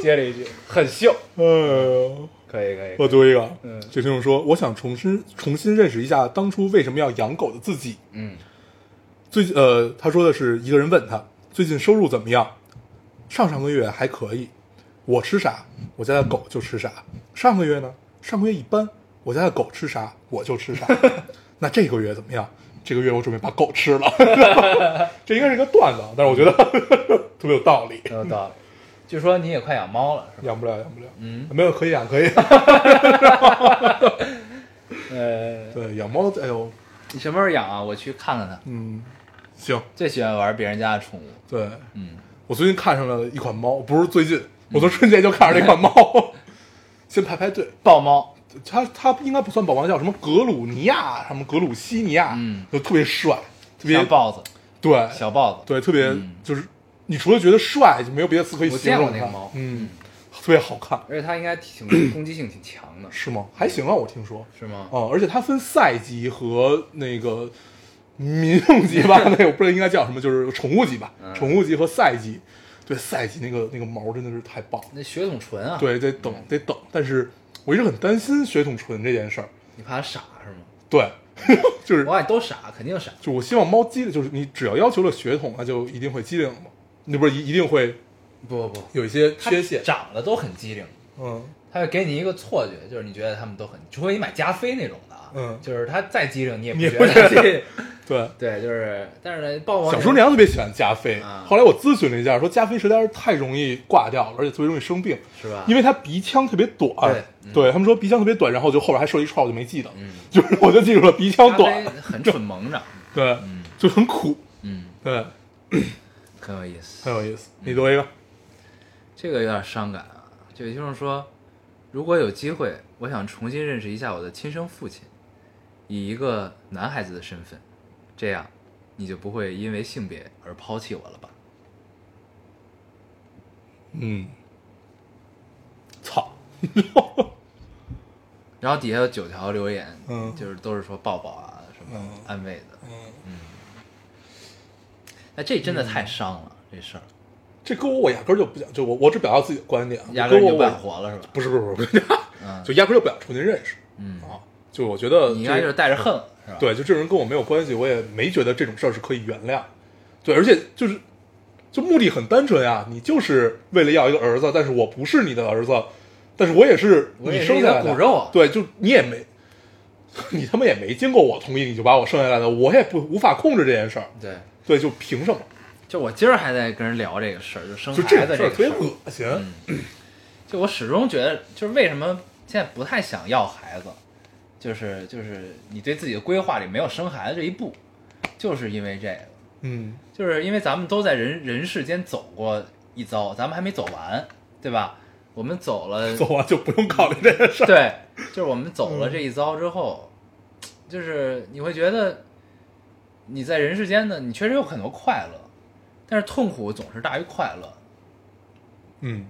接了一句很秀，
哎呦。
可以可以，
我读一个，啊
嗯
这听众说，我想重新重新认识一下当初为什么要养狗的自己。
嗯，
最近呃，他说的是一个人问他最近收入怎么样，上上个月还可以，我吃啥，我家的狗就吃啥。上个月呢，上个月一般，我家的狗吃啥我就 吃啥。那这个月怎么样？这个月我准备把狗吃了。 这应该是一个段子啊，但是我觉得 特别有道理。
有道理。据说你也快养猫了，是吧？
养不了，养不了，
嗯，
没有可以养，可以。
呃，
对，养猫，哎呦，
你什么时候养啊？我去看看它。
嗯，行，
最喜欢玩别人家的宠物，
对，
嗯，
我最近看上了一款猫，不是最近，我从春节就看上这款猫， 先排排队。
豹猫，
它它应该不算宝宝，叫什么格鲁尼亚，什么格鲁希尼亚，
嗯，
就特别帅，特别
像豹子，
对，
小豹子，
对，特别、
嗯
就是你除了觉得帅，就没有别的词可以
我
形
见过
容
那
它。
个猫
嗯，特别好看，
而且它应该挺 攻击性挺强的，
是吗？还行啊，我听说。
是吗？
哦、而且它分赛级和那个民用级 吧，那个我不知道应该叫什么，就是宠物级吧，
嗯
宠物级和赛级。对，赛级那个那个毛真的是太棒了。
那血统纯啊，，
对，得等得等。但是我一直很担心血统纯这件事儿。
你怕它傻是吗？
对， 就是
我感觉都傻，肯定傻。
就我希望猫机灵，就是你只要要求了血统，它就一定会机灵嘛，那不是一一定会
不不不，
有一些
它
缺陷。
长得都很机灵，
嗯，
它会给你一个错觉，就是你觉得它们都很，除非你买加菲那种的啊，
嗯
就是它再机灵你也不
你也
觉
不
得
觉
它
得
机灵。
对。
对，就是，但是呢，豹猫
小时候娘特别喜欢加菲
啊，
后来我咨询了一下，说加菲实在是太容易挂掉了，而且特别容易生病，
是吧？
因为它鼻腔特别短。
对嗯
对他们说鼻腔特别短，然后就后边还说了一串，我就没记得，
嗯
就是我就记住了鼻腔
加
短
菲，很蠢萌长，
对，就很苦，
嗯，
对，
很有意思。
很有意思。你读一个，
这个有点伤感啊。这位听众说，如果有机会，我想重新认识一下我的亲生父亲，以一个男孩子的身份，这样你就不会因为性别而抛弃我了吧？
嗯，操，
然后底下有九条留言，
嗯
就是都是说抱抱啊什么
嗯
安慰的。
嗯。
那这真的太伤了，这事儿
这歌我压根儿就不想，就我我只表达自己的观点，
压根儿你
歌我
就
嗯我
不想活了是吧？
不是不是不是，
嗯
就压根儿就不想重新认识
嗯，
啊。就我觉得
你应
这
该就是带着恨了是吧？，
对，就这种人跟我没有关系，我也没觉得这种事儿是可以原谅。对，而且就是就目的很单纯呀，你就是为了要一个儿子，但是我不是你的儿子，但是我也是
我
你
也是
生
一
下
个
来的
骨肉啊
对，就你也没。 你他妈也没经过我同意，你就把我生下来的，我也不无法控制这件事儿。
对，
对，就凭什么？
就我今儿还在跟人聊这个事儿，就生
就这
孩子
种事
这
儿
个
特别
事儿
恶心。
嗯就我始终觉得，就是为什么现在不太想要孩子，就是就是你对自己的规划里没有生孩子这一步，就是因为这个，
嗯
就是因为咱们都在人人世间走过一遭，咱们还没走完，对吧？我们走了，
走啊，就不用考虑这件事儿。
对，就是我们走了这一遭之后，就是你会觉得你在人世间呢，你确实有很多快乐，但是痛苦总是大于快乐，
嗯，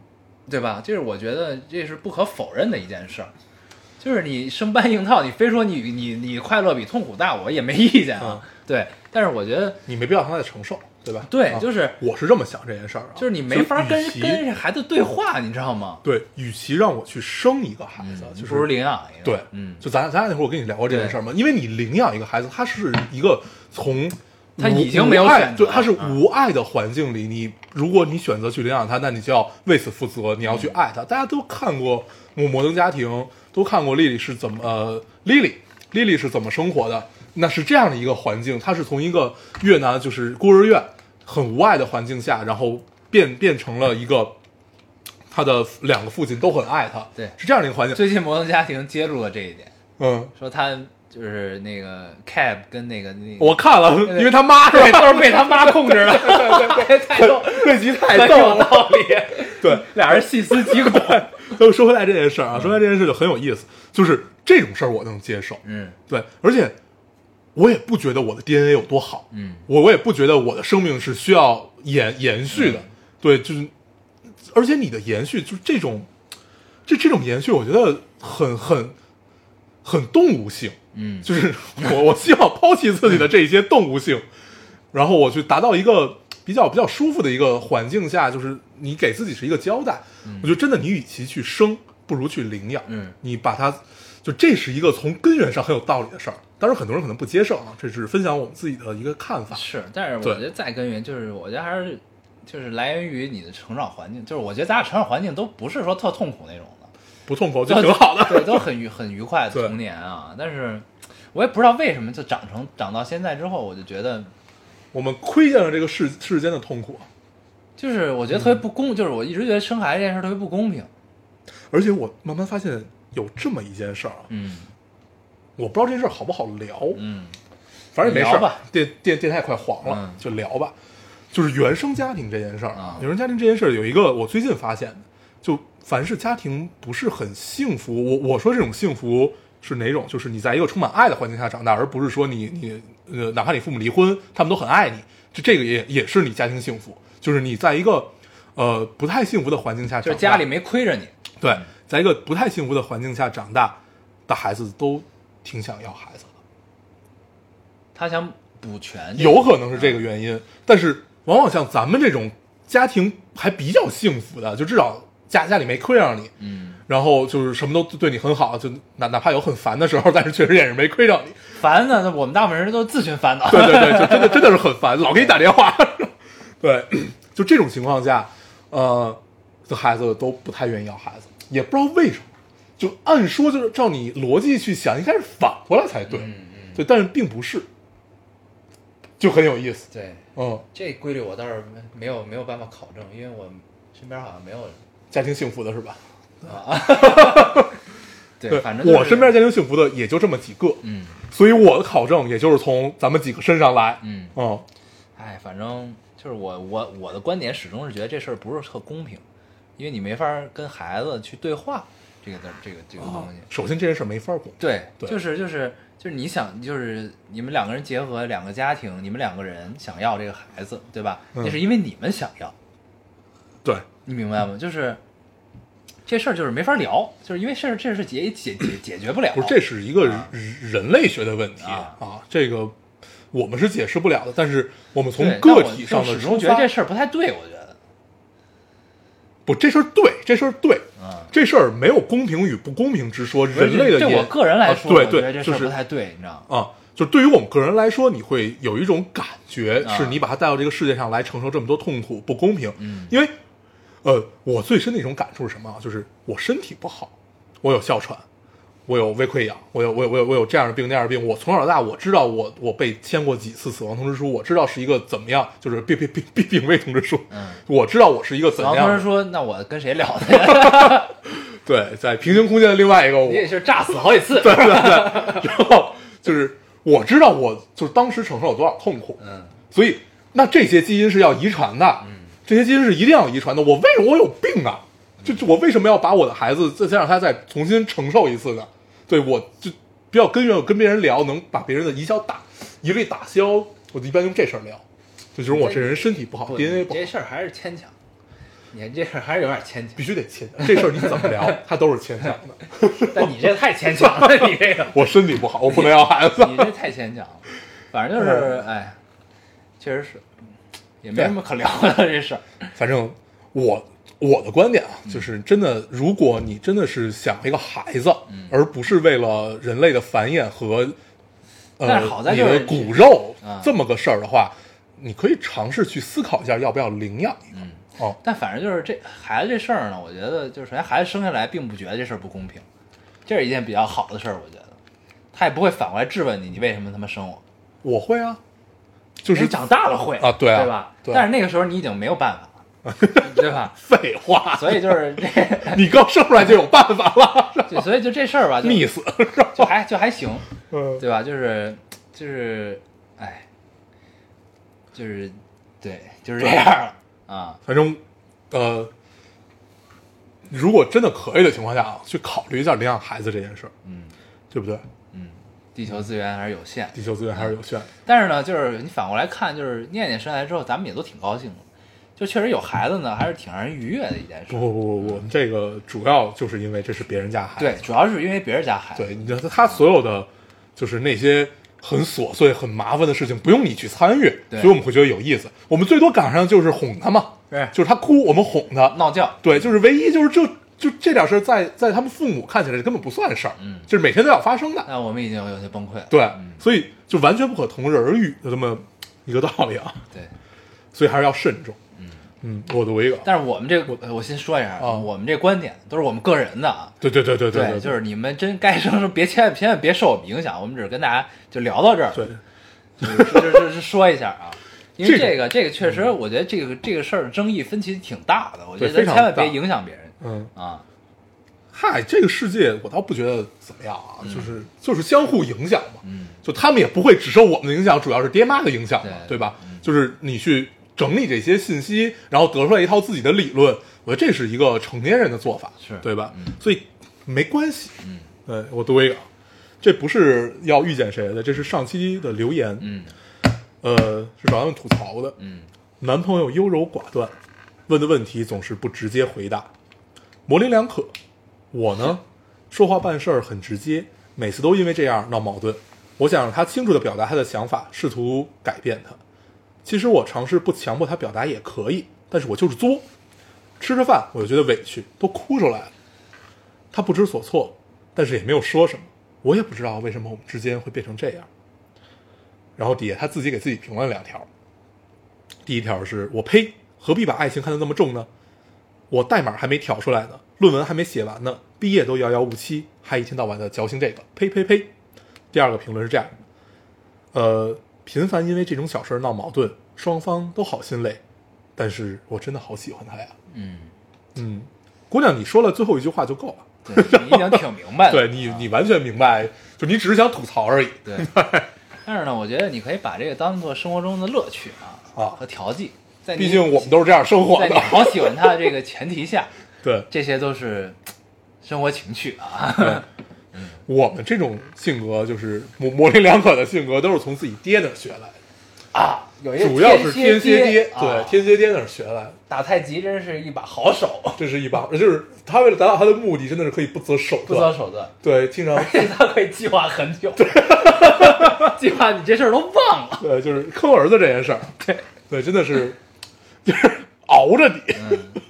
对吧？这是我觉得这是不可否认的一件事儿，就是你生搬硬套，你非说你你你快乐比痛苦大，我也没意见啊。
嗯
对，但是我觉得
你没必要让他再承受，对吧？
对
啊
就是
我是这么想这件事儿啊，
就是你没法跟
与其
跟这孩子对话，你知道吗？
对，与其让我去生一个孩子，
嗯
就
不如
是
领养一个。
对，
嗯，
就咱咱俩那会儿我跟你聊过这件事儿嘛，因为你领养一个孩子，他是一个从无。
他已经没有
无爱
选，择
对，他是
嗯
无爱的环境里，你如果你选择去领养他，那你就要为此负责，你
嗯
要去爱他。大家都看过《摩摩登家庭》，都看过丽丽是怎么呃，丽丽丽丽是怎么生活的，那是这样的一个环境，她是从一个越南就是孤儿院很无爱的环境下，然后变变成了一个他的两个父亲都很爱他，
对
是这样的一个环境。
最近《摩登家庭》揭露了这一点，
嗯，
说他就是那个 cab 跟那个那个
我看了，
对
因为他妈是吧？
对都是被他妈控制 了，太逗，
那集太
很
逗
有
了，
道理，
对，
俩人细思极恐。
都说回来这件事儿啊，说回来这件事就很有意思，就是这种事儿我能接受，
嗯
对，而且我也不觉得我的 DNA 有多好，
嗯，
我我也不觉得我的生命是需要延延续的，对，就是，而且你的延续就是这种，这这种延续，我觉得很很很动物性，
嗯
就是我我希望抛弃自己的这些动物性，然后我去达到一个比较比较舒服的一个环境下，就是你给自己是一个交代。我觉得真的，你与其去生，不如去领养。
嗯
你把它，就这是一个从根源上很有道理的事儿。当然，很多人可能不接受啊，这是分享我们自己的一个看法。
是，但是我
对
觉得再根源就是，我觉得还是就是来源于你的成长环境，就是我觉得咱俩成长环境都不是说特痛苦那种的，
不痛苦就挺好的。
对，都很愉很愉快的
对
童年啊。但是我也不知道为什么，就长成长到现在之后，我就觉得
我们窥见了这个世世间的痛苦，
就是我觉得特别不公，就是我一直觉得生孩子这件事特别不公平。
而且我慢慢发现有这么一件事儿啊，
嗯
我不知道这事儿好不好聊。
嗯
反正也没事
聊
儿
吧。
电电电台也快黄了，
嗯
就聊吧。就是原生家庭这件事儿
啊
原生家庭这件事儿有一个我最近发现的，就凡是家庭不是很幸福，我我说这种幸福是哪种？就是你在一个充满爱的环境下长大，而不是说你你呃，哪怕你父母离婚，他们都很爱你，这这个也也是你家庭幸福，就是你在一个呃不太幸福的环境下
就
长大，
是家里没亏着你。
对，在一个不太幸福的环境下长大的孩子都挺想要孩子的。
他想补全这个，
有可能是这个原因，但是往往像咱们这种家庭还比较幸福的，就至少家家里没亏让你，
嗯，
然后就是什么都对你很好，就哪哪怕有很烦的时候，但是确实也是没亏让你。
烦呢，那我们大部分人都自寻烦恼。
对对对，就真的真的是很烦，老给你打电话。 对， 就这种情况下，呃，这孩子都不太愿意要孩子，也不知道为什么。就按说就是照你逻辑去想，应该是反过来才对，
嗯
对，但是并不是，就很有意思，
对，
嗯。
这规律我倒是没有没有办法考证，因为我身边好像没有人。
家庭幸福的是吧？
对，反正
我身边，家庭幸福的也就这么几个，
嗯
所以我的考证也就是从咱们几个身上来。
嗯，
嗯，
哎，反正就是我我我的观点始终是觉得这事儿不是特公平，因为你没法跟孩子去对话这个字儿这个这个东西。
首先这件事没法儿公，
对，
哦对
就是就是就是你想就是你们两个人结合两个家庭，你们两个人想要这个孩子，对吧？
嗯
那是因为你们想要，
对，
你明白吗？就是这事儿就是没法聊，就是因为事儿这事儿解解解解决不了。
不是这是一个人
啊
人类学的问题
啊
这个我们是解释不了的，但是我们从
对但
个
我
体上
就
的
始终
出
觉得
发
这，事儿不太对，我觉得，
不，这事儿对，这事儿对，
嗯。
这事儿没有公平与不公平之说，
不是
人类的
对
也
我个人来
啊
说，
对
我觉得
对，
这
就
事儿不
是
太对，你知道吗？
啊，就对于我们个人来说，你会有一种感觉，
啊
是你把他带到这个世界上来，承受这么多痛苦、不公平。
嗯
因为，呃，我最深的一种感触是什么啊？就是我身体不好，我有哮喘，我有胃溃疡，我有我有我有我有这样的病那样的病。我从小到大，我知道我我被签过几次死亡通知书，我知道是一个怎么样，就是病病病病病危通知书。
嗯
我知道我是一个怎
然后
么
当
样
时
的。
说：“那我跟谁聊 的？
对，在平行空间的另外一个我，
你也是炸死好几次。”
然后就是我知道我就是当时承受了多少痛苦。
嗯，
所以那这些基因是要遗传的，这些基因是一定要遗传的。我为什么我有病啊？就就我为什么要把我的孩子再再让他再重新承受一次呢？对我就比较根源，我跟别人聊能把别人的一笑打一律打消，我就一般用这事儿聊。就就是我这人身体不好
不，
，DNA 不好
这，事儿还是牵强，你看这事儿还是有点牵强
必。须得牵强。这事儿你怎么聊，他都是牵强的。
但你这太牵强了，你这 个，
我身体不好，我不能要孩子。
你这太牵强了。反正就是，
嗯
哎，确实是，也没什么可聊的这事儿。
反正我我的观点啊，
嗯
就是真的，如果你真的是想一个孩子，
嗯
而不是为了人类的繁衍和
但
呃
是好在
你
就是
的骨肉
啊
这么个事儿的话，你可以尝试去思考一下要不要领养
嗯
一个。哦，
但反正就是这孩子这事儿呢，我觉得就是首先孩子生下来并不觉得这事儿不公平，这是一件比较好的事儿，我觉得。他也不会反过来质问你，你为什么他妈生我？
我会啊，
就
就
是长大了会
啊对啊
对吧？
对
但是那个时候你已经没有办法了，对吧？
废话，
所以就是这，
你刚生出来就有办法了，
就所以就这事儿吧，就
溺死。
就还就还行，
嗯，
对吧？就是就是，哎，就是对，就是这样了啊。
反正呃，如果真的可以的情况下啊，去考虑一下领养孩子这件事儿，
嗯
对不对？
嗯，地球资源还是有限，
地球资源还是有限的，
但是呢，就是你反过来看，就是念念生下来之后，咱们也都挺高兴的，就确实有孩子呢，还是挺让人愉悦的一件
不
事。
不不不不，我们这个主要就是因为这是别人家孩子，
对，主要是因为别人家孩子，
对，你知道他所有的就是那些很琐碎、很麻烦的事情，不用你去参与，
对
所以我们会觉得有意思。我们最多赶上就是哄他嘛，
对
就是他哭，我们哄他。
闹觉，
对，就是唯一就是这就这点事儿，在在他们父母看起来根本不算事儿，
嗯
就是每天都要发生的。
那我们已经有些崩溃了。
对，所以就完全不可同日而语的这么一个道理啊，
对，
所以还是要慎重。嗯嗯，我读一个，
但是我们这个，呃我先说一下
啊
我们这观点都是我们个人的啊。
对对对对对，
就是你们真该生生别千万千万别受我们影响，我们只是跟大家就聊到这儿，
对，
就是就是就是说一下 啊，因为
这个
这个
嗯
这个确实，我觉得这个这个事儿争议分歧挺大的，我觉
对
得
非
咱
常
千万别
大
影响别人
嗯。
啊，
嗨，这个世界我倒不觉得怎么样啊，就是就是相互影响嘛。
嗯，
就他们也不会只受我们的影响，主要是爹妈的影响嘛，
对嗯
对吧？就是你去整理这些信息，然后得出来一套自己的理论，我觉得这是一个成年人的做法，
是
对吧？
嗯
所以没关系。嗯，呃，我读一个啊，这不是要遇见谁的，这是上期的留言，
嗯
呃，是找他们吐槽的。
嗯
男朋友优柔寡断，问的问题总是不直接回答，模棱两可。我呢，说话办事儿很直接，每次都因为这样闹矛盾。我想让他清楚地表达他的想法，试图改变他。其实我尝试不强迫他表达也可以，但是我就是作。吃着饭我就觉得委屈，都哭出来了。他不知所措，但是也没有说什么。我也不知道为什么我们之间会变成这样。然后底下他自己给自己评论了两条，第一条是我呸，何必把爱情看得那么重呢？我代码还没挑出来呢，论文还没写完呢，毕业都遥遥无期，还一天到晚的矫情这个，呸呸呸。第二个评论是这样，呃，频繁因为这种小事儿闹矛盾，双方都好心累，但是我真的好喜欢他呀。
嗯，
嗯，姑娘，你说了最后一句话就够了，
对，你已经挺明白了，
对你，你完全明白，就你只是想吐槽而已。
对，但是呢，我觉得你可以把这个当做生活中的乐趣啊
啊
和调剂，在你
毕竟我们都是这样生活
在你
的，
好喜欢他的这个前提下，
对。
这些都是生活情趣啊，
对，我们这种性格就是模模棱两可的性格，都是从自己爹那儿学来的，
啊有
主要是
哎天
天蝎
爹，
爹，
啊
对，天蝎爹那儿学来的。
打太极真是一把好手，
这是一帮，就是他为了达到他的目的，真的是可以不择手
不择
段。
手 段，
对，经常
而且他可以计划很久， 计划你这事儿都忘了，
对，就是坑儿子这件事儿，
对，
对，真的是就是熬着你，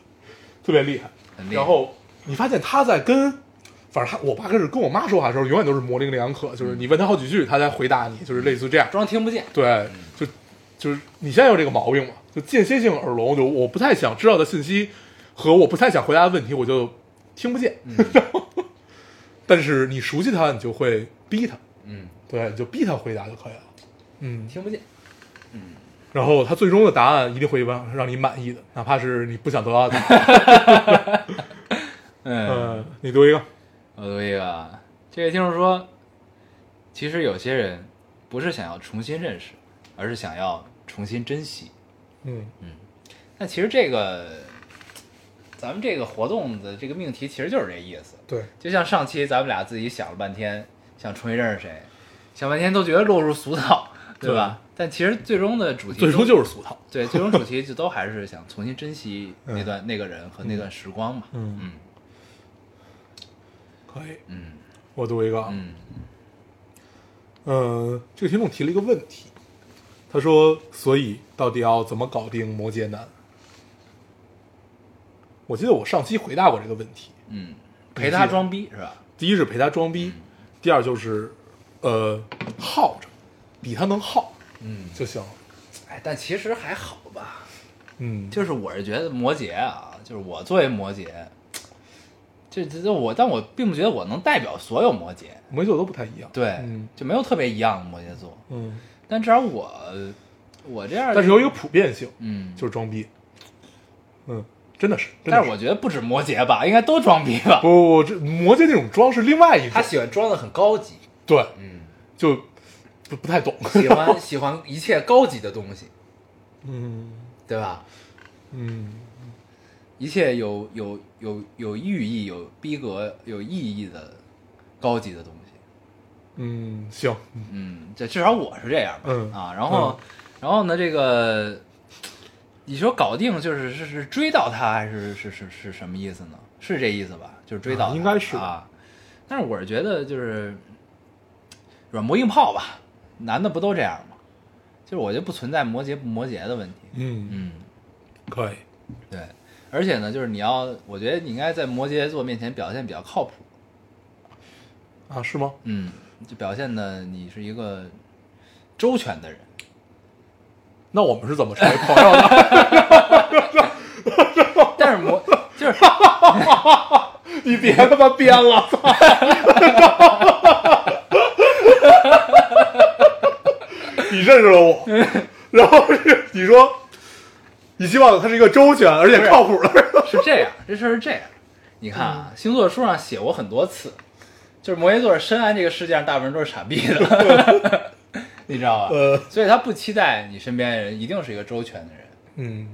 特别厉害。
嗯很厉害
然后你发现他在跟，反正他我爸开始跟我妈说话的时候，永远都是模棱两可，就是你问他好几句，他才回答你，就是类似这样。
装听不见，
对，就就是你现在有这个毛病嘛，就间歇性耳聋，就我不太想知道的信息和我不太想回答的问题，我就听不见。然后，但是你熟悉他，你就会逼他，
嗯，
对，你就逼他回答就可以了。嗯，
听不见，
然后他最终的答案一定会让让你满意的，哪怕是你不想得到的。
嗯，
嗯，你读一个，
我读一个，啊这位听众说，其实有些人不是想要重新认识，而是想要重新珍惜。
嗯，
那其实这个，咱们这个活动的这个命题其实就是这意思，
对，
就像上期咱们俩自己想了半天，想重新认识谁，想半天都觉得落入俗套，对吧？但其实最终的主题都，
最终就是俗套。
对，最终主题就都还是想重新珍惜那段、那个人和那段时光嘛。
嗯
嗯
可以，
嗯
我读一个啊。
嗯
嗯，这个听众提了一个问题，他说：“所以到底要怎么搞定摩羯男？”我记得我上期回答过这个问题。
嗯，陪他装逼是吧？
第一是陪他装逼，第二就是，呃，耗着，比他能耗
嗯，
就行了。
哎，但其实还好吧。
嗯，
就是我是觉得摩羯啊，就是我作为摩羯，这这这我，但我并不觉得我能代表所有摩羯，
摩羯座都不太一样。
对，
嗯
就没有特别一样的摩羯座。
嗯，
但至少我我这样，
但是有一个普遍性，
嗯，
就是装逼。嗯，真的是。真的
但是我觉得不止摩羯吧，应该都装逼吧
不。不不，这摩羯这种装是另外一
他
种，
喜欢装的很高级，
对，
嗯，
就不不太懂。
喜 欢喜欢一切高级的东西，
嗯
对吧？
嗯，
一切有有有有寓意、有逼格、有意义的高级的东西。
嗯，行，
嗯，这至少我是这样吧。
嗯
啊，然后、然后呢，这个你说搞定就是是是追到他还是是是是什么意思呢？是这意思吧？就是追到
啊
他、
应该是
啊。但是我是觉得就是软磨硬泡吧，男的不都这样吗？就是我觉得不存在摩羯不摩羯的问题。
嗯，
嗯，
可以，
对，而且呢，就是你要，我觉得你应该在摩羯座面前表现比较靠谱，
啊，是吗？
嗯，就表现的你是一个周全的人，
那我们是怎么成为朋友 的？
但是摩就是
你别他妈编 了，操！你认识了我，然后是你说，你希望他是一个周全而且靠谱的人，
是这样，这事儿是这样，你看啊，星座书上写过很多次，就是摩羯座深谙这个世界上大部分人都是傻逼的， 你知道吧？
呃
所以他不期待你身边的人一定是一个周全的人，
嗯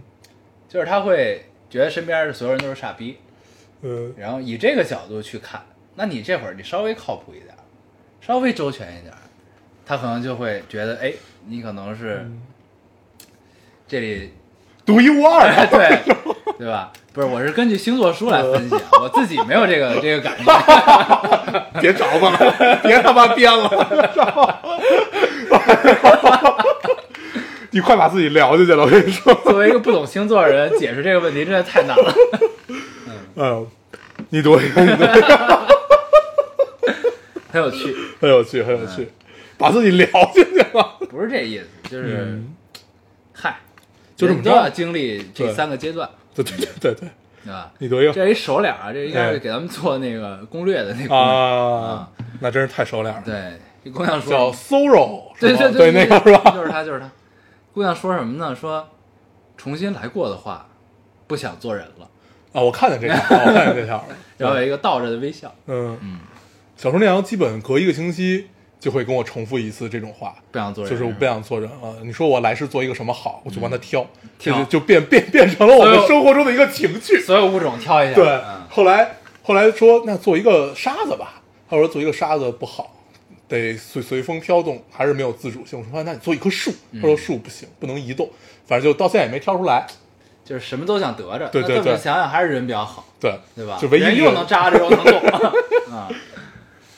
就是他会觉得身边的所有人都是傻逼，
嗯
然后以这个角度去看，那你这会儿你稍微靠谱一点儿，稍微周全一点儿，他可能就会觉得，哎，你可能是这里、
独一无二的，
对对吧？不是，我是根据星座书来分析啊，我自己没有这个这个感觉。
别找我 了，别他妈编了，你快把自己聊进去了，我跟你说，
作为一个不懂星座的人，解释这个问题真的太难了。
哎呦，你读一个，你读一个，
很有趣，
很有趣，很有趣，
嗯
把自己聊进去了，
不是这意思，就是、嗨，
嗯就这么
人都
着
要经历这
对
三个阶段，
对对对对，
对吧？
你读一个
这一熟脸啊，这应该是
哎
给咱们做那个攻略的那个、
啊，那真是太熟脸了，
嗯对，这姑娘说
叫 Sorrow，
对
是
对
吧
对，
那个是吧？
就是他，就是他。姑娘说什么呢？说重新来过的话，不想做人了。
啊，我看见 这条，我看见这条了，
然后有一个倒着的微笑，
嗯嗯，小时候那样，基本隔一个星期就会跟我重复一次这种话，
不想做人，
就是我不想做人啊！你说我来世做一个什么好，我就帮他挑，
嗯挑
就是就变变变成了我
所
们
有
生活中的一个情趣。
所有物种挑一下。
对
嗯，
后来后来说那做一个沙子吧，他说做一个沙子不好，得随随风飘动，还是没有自主性。我说那你做一棵树，
嗯
他说树不行，不能移动，反正就到现在也没挑出来。
就是什么都想得着。
对对
那这么
对
想想还是人比较好，
对
对吧？
就唯一
人
一
又
个
能扎着又能动。 啊，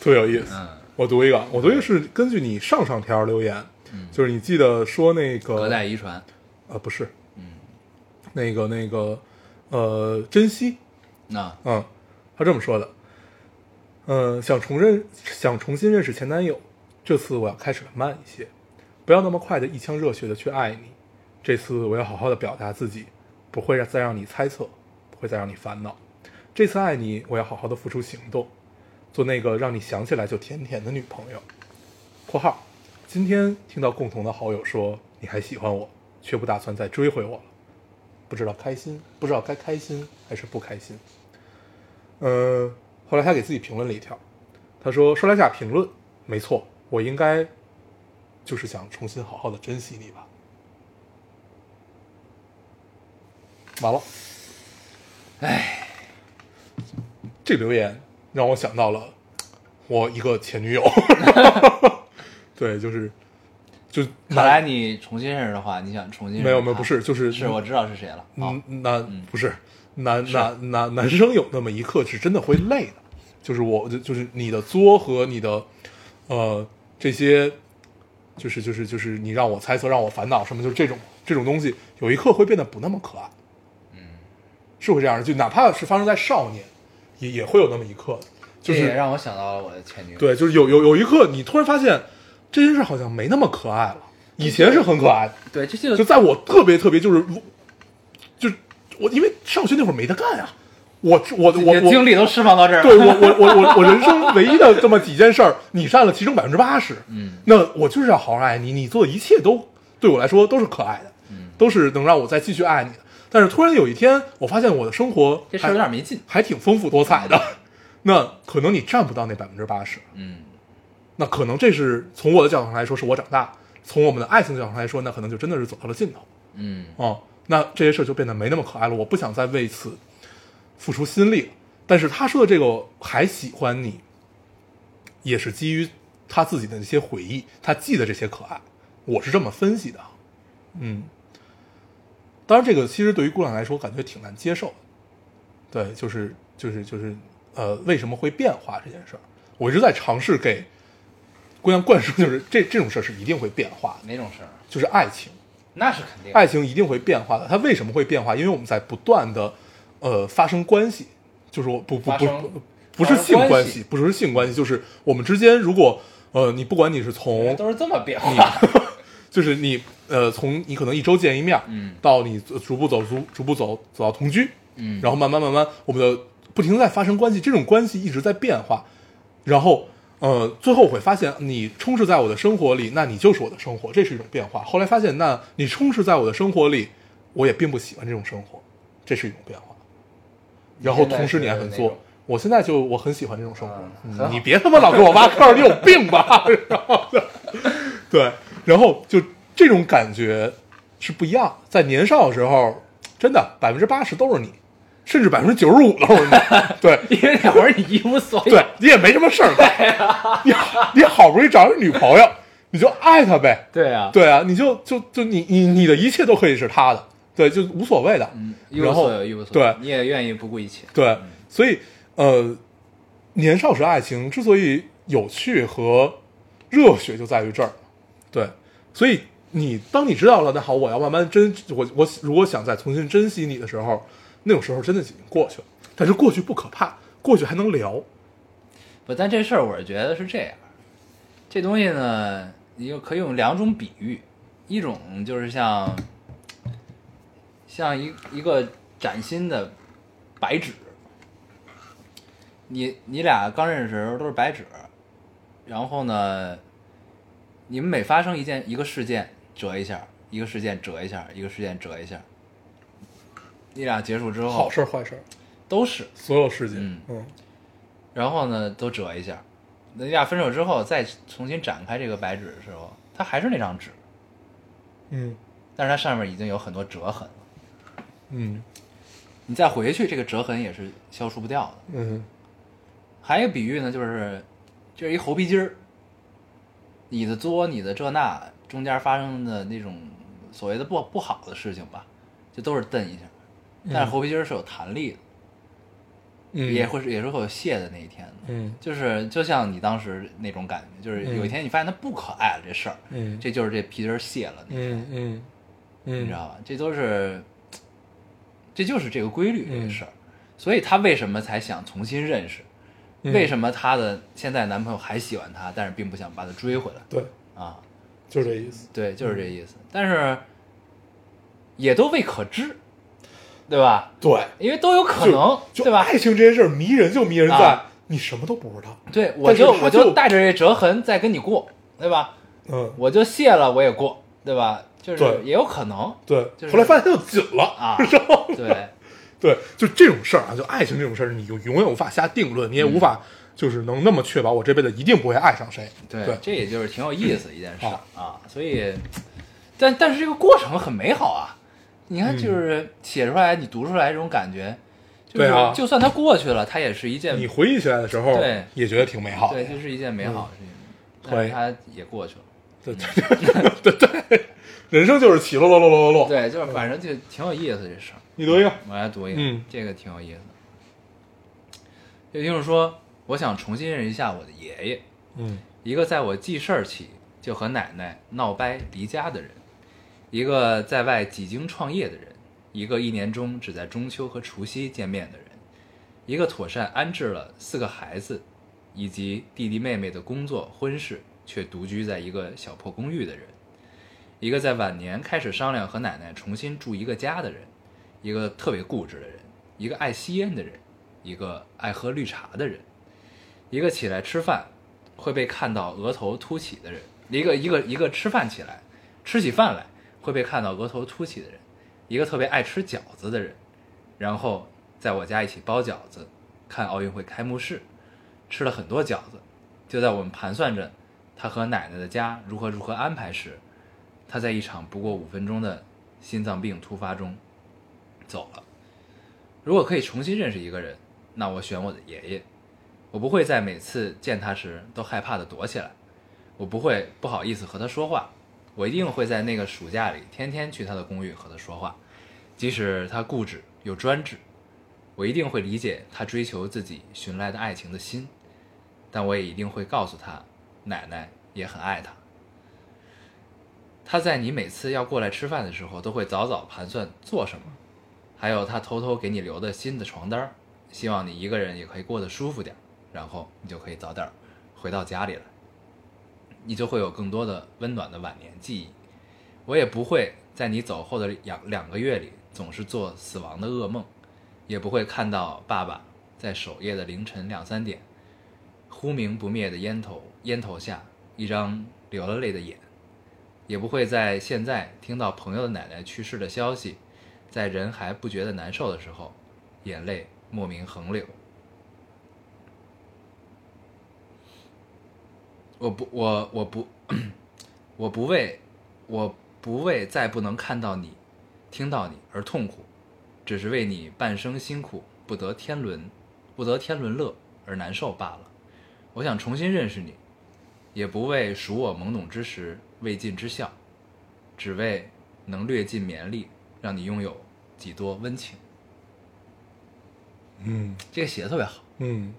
特别有意思。
嗯嗯
我读一个，我读一个是根据你上上条留言，就是你记得说那个
隔代遗传，
啊，不是，嗯，那个那个，呃，珍惜，
那
嗯，他这么说的，嗯、想重认，想重新认识前男友，这次我要开始慢一些，不要那么快的一腔热血的去爱你，这次我要好好的表达自己，不会再让你猜测，不会再让你烦恼，这次爱你，我要好好的付出行动，做那个让你想起来就甜甜的女朋友。（括号）今天听到共同的好友说你还喜欢我，却不打算再追回我了，不知道开心，不知道该开心还是不开心。嗯，后来他给自己评论了一条，他说：“说来下评论，没错，我应该就是想重新好好的珍惜你吧。”完了，哎，这留言让我想到了我一个前女友， 对，就是就
看来你重新认识的话，你想重新认识
没有没有
他
不是就是
是我知道是谁了。哦
嗯，男不是男男男男生有那么一刻是真的会累的，就是我就就是你的作和你的呃这些，就是就是就是你让我猜测让我烦恼什么，就是这种这种东西，有一刻会变得不那么可爱，嗯，是会这样的，就哪怕是发生在少年，也也会有那么一刻，就
这也
是
让我想到了我的前女友。，
对，就是有有有一刻你突然发现这件事好像没那么可爱了，以前是很可爱的，
对，这就
就在我特别特别就是，就我因为上学那会儿没得干呀、我我我
你的精
我，
力都释放到这儿了。
对我我我我我人生唯一的这么几件事儿，你占了其中百分之八十，嗯，那我就是要好好爱你，你做的一切都对我来说都是可爱的，嗯，都是能让我再继续爱你的。但是突然有一天，我发现我的生活
这事
还
儿有点没劲。
还挺丰富多彩的，那可能你占不到那百分之八十，
嗯，
那可能这是从我的角度上来说是我长大，从我们的爱情的角度上来说，那可能就真的是走到了尽头
嗯，
啊、那这些事儿就变得没那么可爱了，我不想再为此付出心力了。但是他说的这个“还喜欢你”，也是基于他自己的那些回忆，他记得这些可爱，我是这么分析的。嗯，当然，这个其实对于姑娘来说，感觉挺难接受的。对，就是就是就是，呃，为什么会变化这件事儿，我一直在尝试给姑娘灌输，就是这这种事儿是一定会变化的，
哪种事儿？
就是爱情。
那是肯定。
爱情一定会变化的。它为什么会变化？因为我们在不断的呃发生关系，就是我不不
发
不
生
不不
发
是
生
性关
关
系
系，
不是性关系，就是我们之间如果呃你不管你是
啊
从
都是这么变化。
就是你呃从你可能一周见一面，
嗯，
到你逐步走逐逐步走走到同居，
嗯
然后慢慢慢慢我们的不停地在发生关系，这种关系一直在变化，然后。呃，最后我会发现你充斥在我的生活里，那你就是我的生活，这是一种变化。后来发现，那你充斥在我的生活里，我也并不喜欢这种生活，这是一种变化。然后同时你还
你
很
现在是哪
作
种，
我现在就我很喜欢这种生活。
嗯
嗯
很好
你别他妈老给我挖坑儿，你有病吧？ 然后对，然后就这种感觉是不一样。在年少的时候，真的百分之八十都是你，甚至百分之九十五都是你。对
因为那会儿你一无所有，
对，你也没什么事儿干， 你好你好不容易找着女朋友，你就爱她呗。
对啊，
对啊，你就就就你你你的一切都可以是她的，对，就无所谓的。
一无
然后
所有，一无所有，
对
你也愿意不顾一切。
对，所以呃，年少时爱情之所以有趣和热血，就在于这儿。对，所以你当你知道了，那好，我要慢慢珍，我我如果想再重新珍惜你的时候，那种时候真的已经过去了。但是过去不可怕，过去还能聊。
不，但这事儿我是觉得是这样，这东西呢，你就可以用两种比喻，一种就是像像一一个崭新的白纸，你你俩刚认识的时候都是白纸，然后呢，你们每发生一件一个事件折一下，一个事件折一下，一个事件折一下，你俩结束之
好
后
事儿坏事儿，
都是
所有事情，
哦嗯
嗯
然后呢，都折一下。那你俩分手之后，再重新展开这个白纸的时候，它还是那张纸，
嗯
但是它上面已经有很多折痕了。
嗯
你再回去，这个折痕也是消除不掉的。
嗯
还有一个比喻呢，就是就是一猴皮筋儿，你的作，你的这那，中间发生的那种所谓的不不好的事情吧，就都是蹬一下。但是猴皮筋儿是有弹力的，
嗯，
也会是也是会有卸的那一天的。
嗯
就是就像你当时那种感觉，就是有一天你发现它不可爱了，这事儿，
嗯
这就是这皮筋儿卸了，你
嗯嗯
你知
嗯
道吧？这都是，这就是这个规律这
嗯
个事儿。所以她为什么才想重新认识？
嗯
为什么她的现在男朋友还喜欢她，但是并不想把她追回来
对，
啊？
就这意思。
对，就是这意思。但是也都未可知，对吧？
对，
因为都有可
就
能，
就
对吧？
爱情这件事儿迷人就迷人在、
啊
你什么都不知道，
对，我
但是
就
他
我
就
就带着这折痕再跟你过，对吧？
嗯，
我就卸了，我也过，对吧？就
对
是也有可能
对，
就是
后来发现它就紧了
啊
知道吗？
对。
对，就这种事儿啊，就爱情这种事儿，你就永远无法下定论，
嗯
你也无法就是能那么确保我这辈子一定不会爱上谁。对，
这也就是挺有意思的一件事儿
好
啊。所以，但但是这个过程很美好啊。你
嗯
看，就是写出来，你读出来这种感觉，就是
对啊
就算它过去了，它也是一件
你回忆起来的时候，
对
也觉得挺美好的
对，。就是一件美好的事情。但
会
是它也过去了，
对对对对对，人生就是起落落落落落落。
对，就是反正就挺有意思这事儿。
你读一个，
我来读一个，
嗯
这个挺有意思的。这听众说，我想重新认识一下我的爷爷。
嗯
一个在我记事儿起就和奶奶闹掰离家的人，一个在外几经创业的人，一个一年中只在中秋和除夕见面的人，一个妥善安置了四个孩子以及弟弟妹妹的工作婚事，却独居在一个小破公寓的人，一个在晚年开始商量和奶奶重新住一个家的人，一个特别固执的人，一个爱吸烟的人，一个爱喝绿茶的人。一个起来吃饭会被看到额头凸起的人，一个一个一个吃饭起来吃起饭来会被看到额头凸起的人，一个特别爱吃饺子的人，然后在我家一起包饺子，看奥运会开幕式，吃了很多饺子。就在我们盘算着他和奶奶的家如何如何安排时，他在一场不过五分钟的心脏病突发中走了。如果可以重新认识一个人，那我选我的爷爷。我不会在每次见他时都害怕的躲起来，我不会不好意思和他说话，我一定会在那个暑假里天天去他的公寓和他说话，即使他固执又专制，我一定会理解他追求自己寻来的爱情的心，但我也一定会告诉他，奶奶也很爱他。他在你每次要过来吃饭的时候，都会早早盘算做什么，还有他偷偷给你留的新的床单儿，希望你一个人也可以过得舒服点儿，然后你就可以早点儿回到家里来，你就会有更多的温暖的晚年记忆。我也不会在你走后的两两个月里总是做死亡的噩梦，也不会看到爸爸在守夜的凌晨两三点，忽明不灭的烟头烟头下一张流了泪的眼。也不会在现在听到朋友的奶奶去世的消息，在人还不觉得难受的时候，眼泪莫名横流。我不，我我不，我不为，我不为再不能看到你、听到你而痛苦，只是为你半生辛苦不得天伦、不得天伦乐而难受罢了。我想重新认识你，也不为属我懵懂之时未尽之孝，只为能略尽绵力，让你拥有几多温情。
嗯
这个写的特别好，
嗯，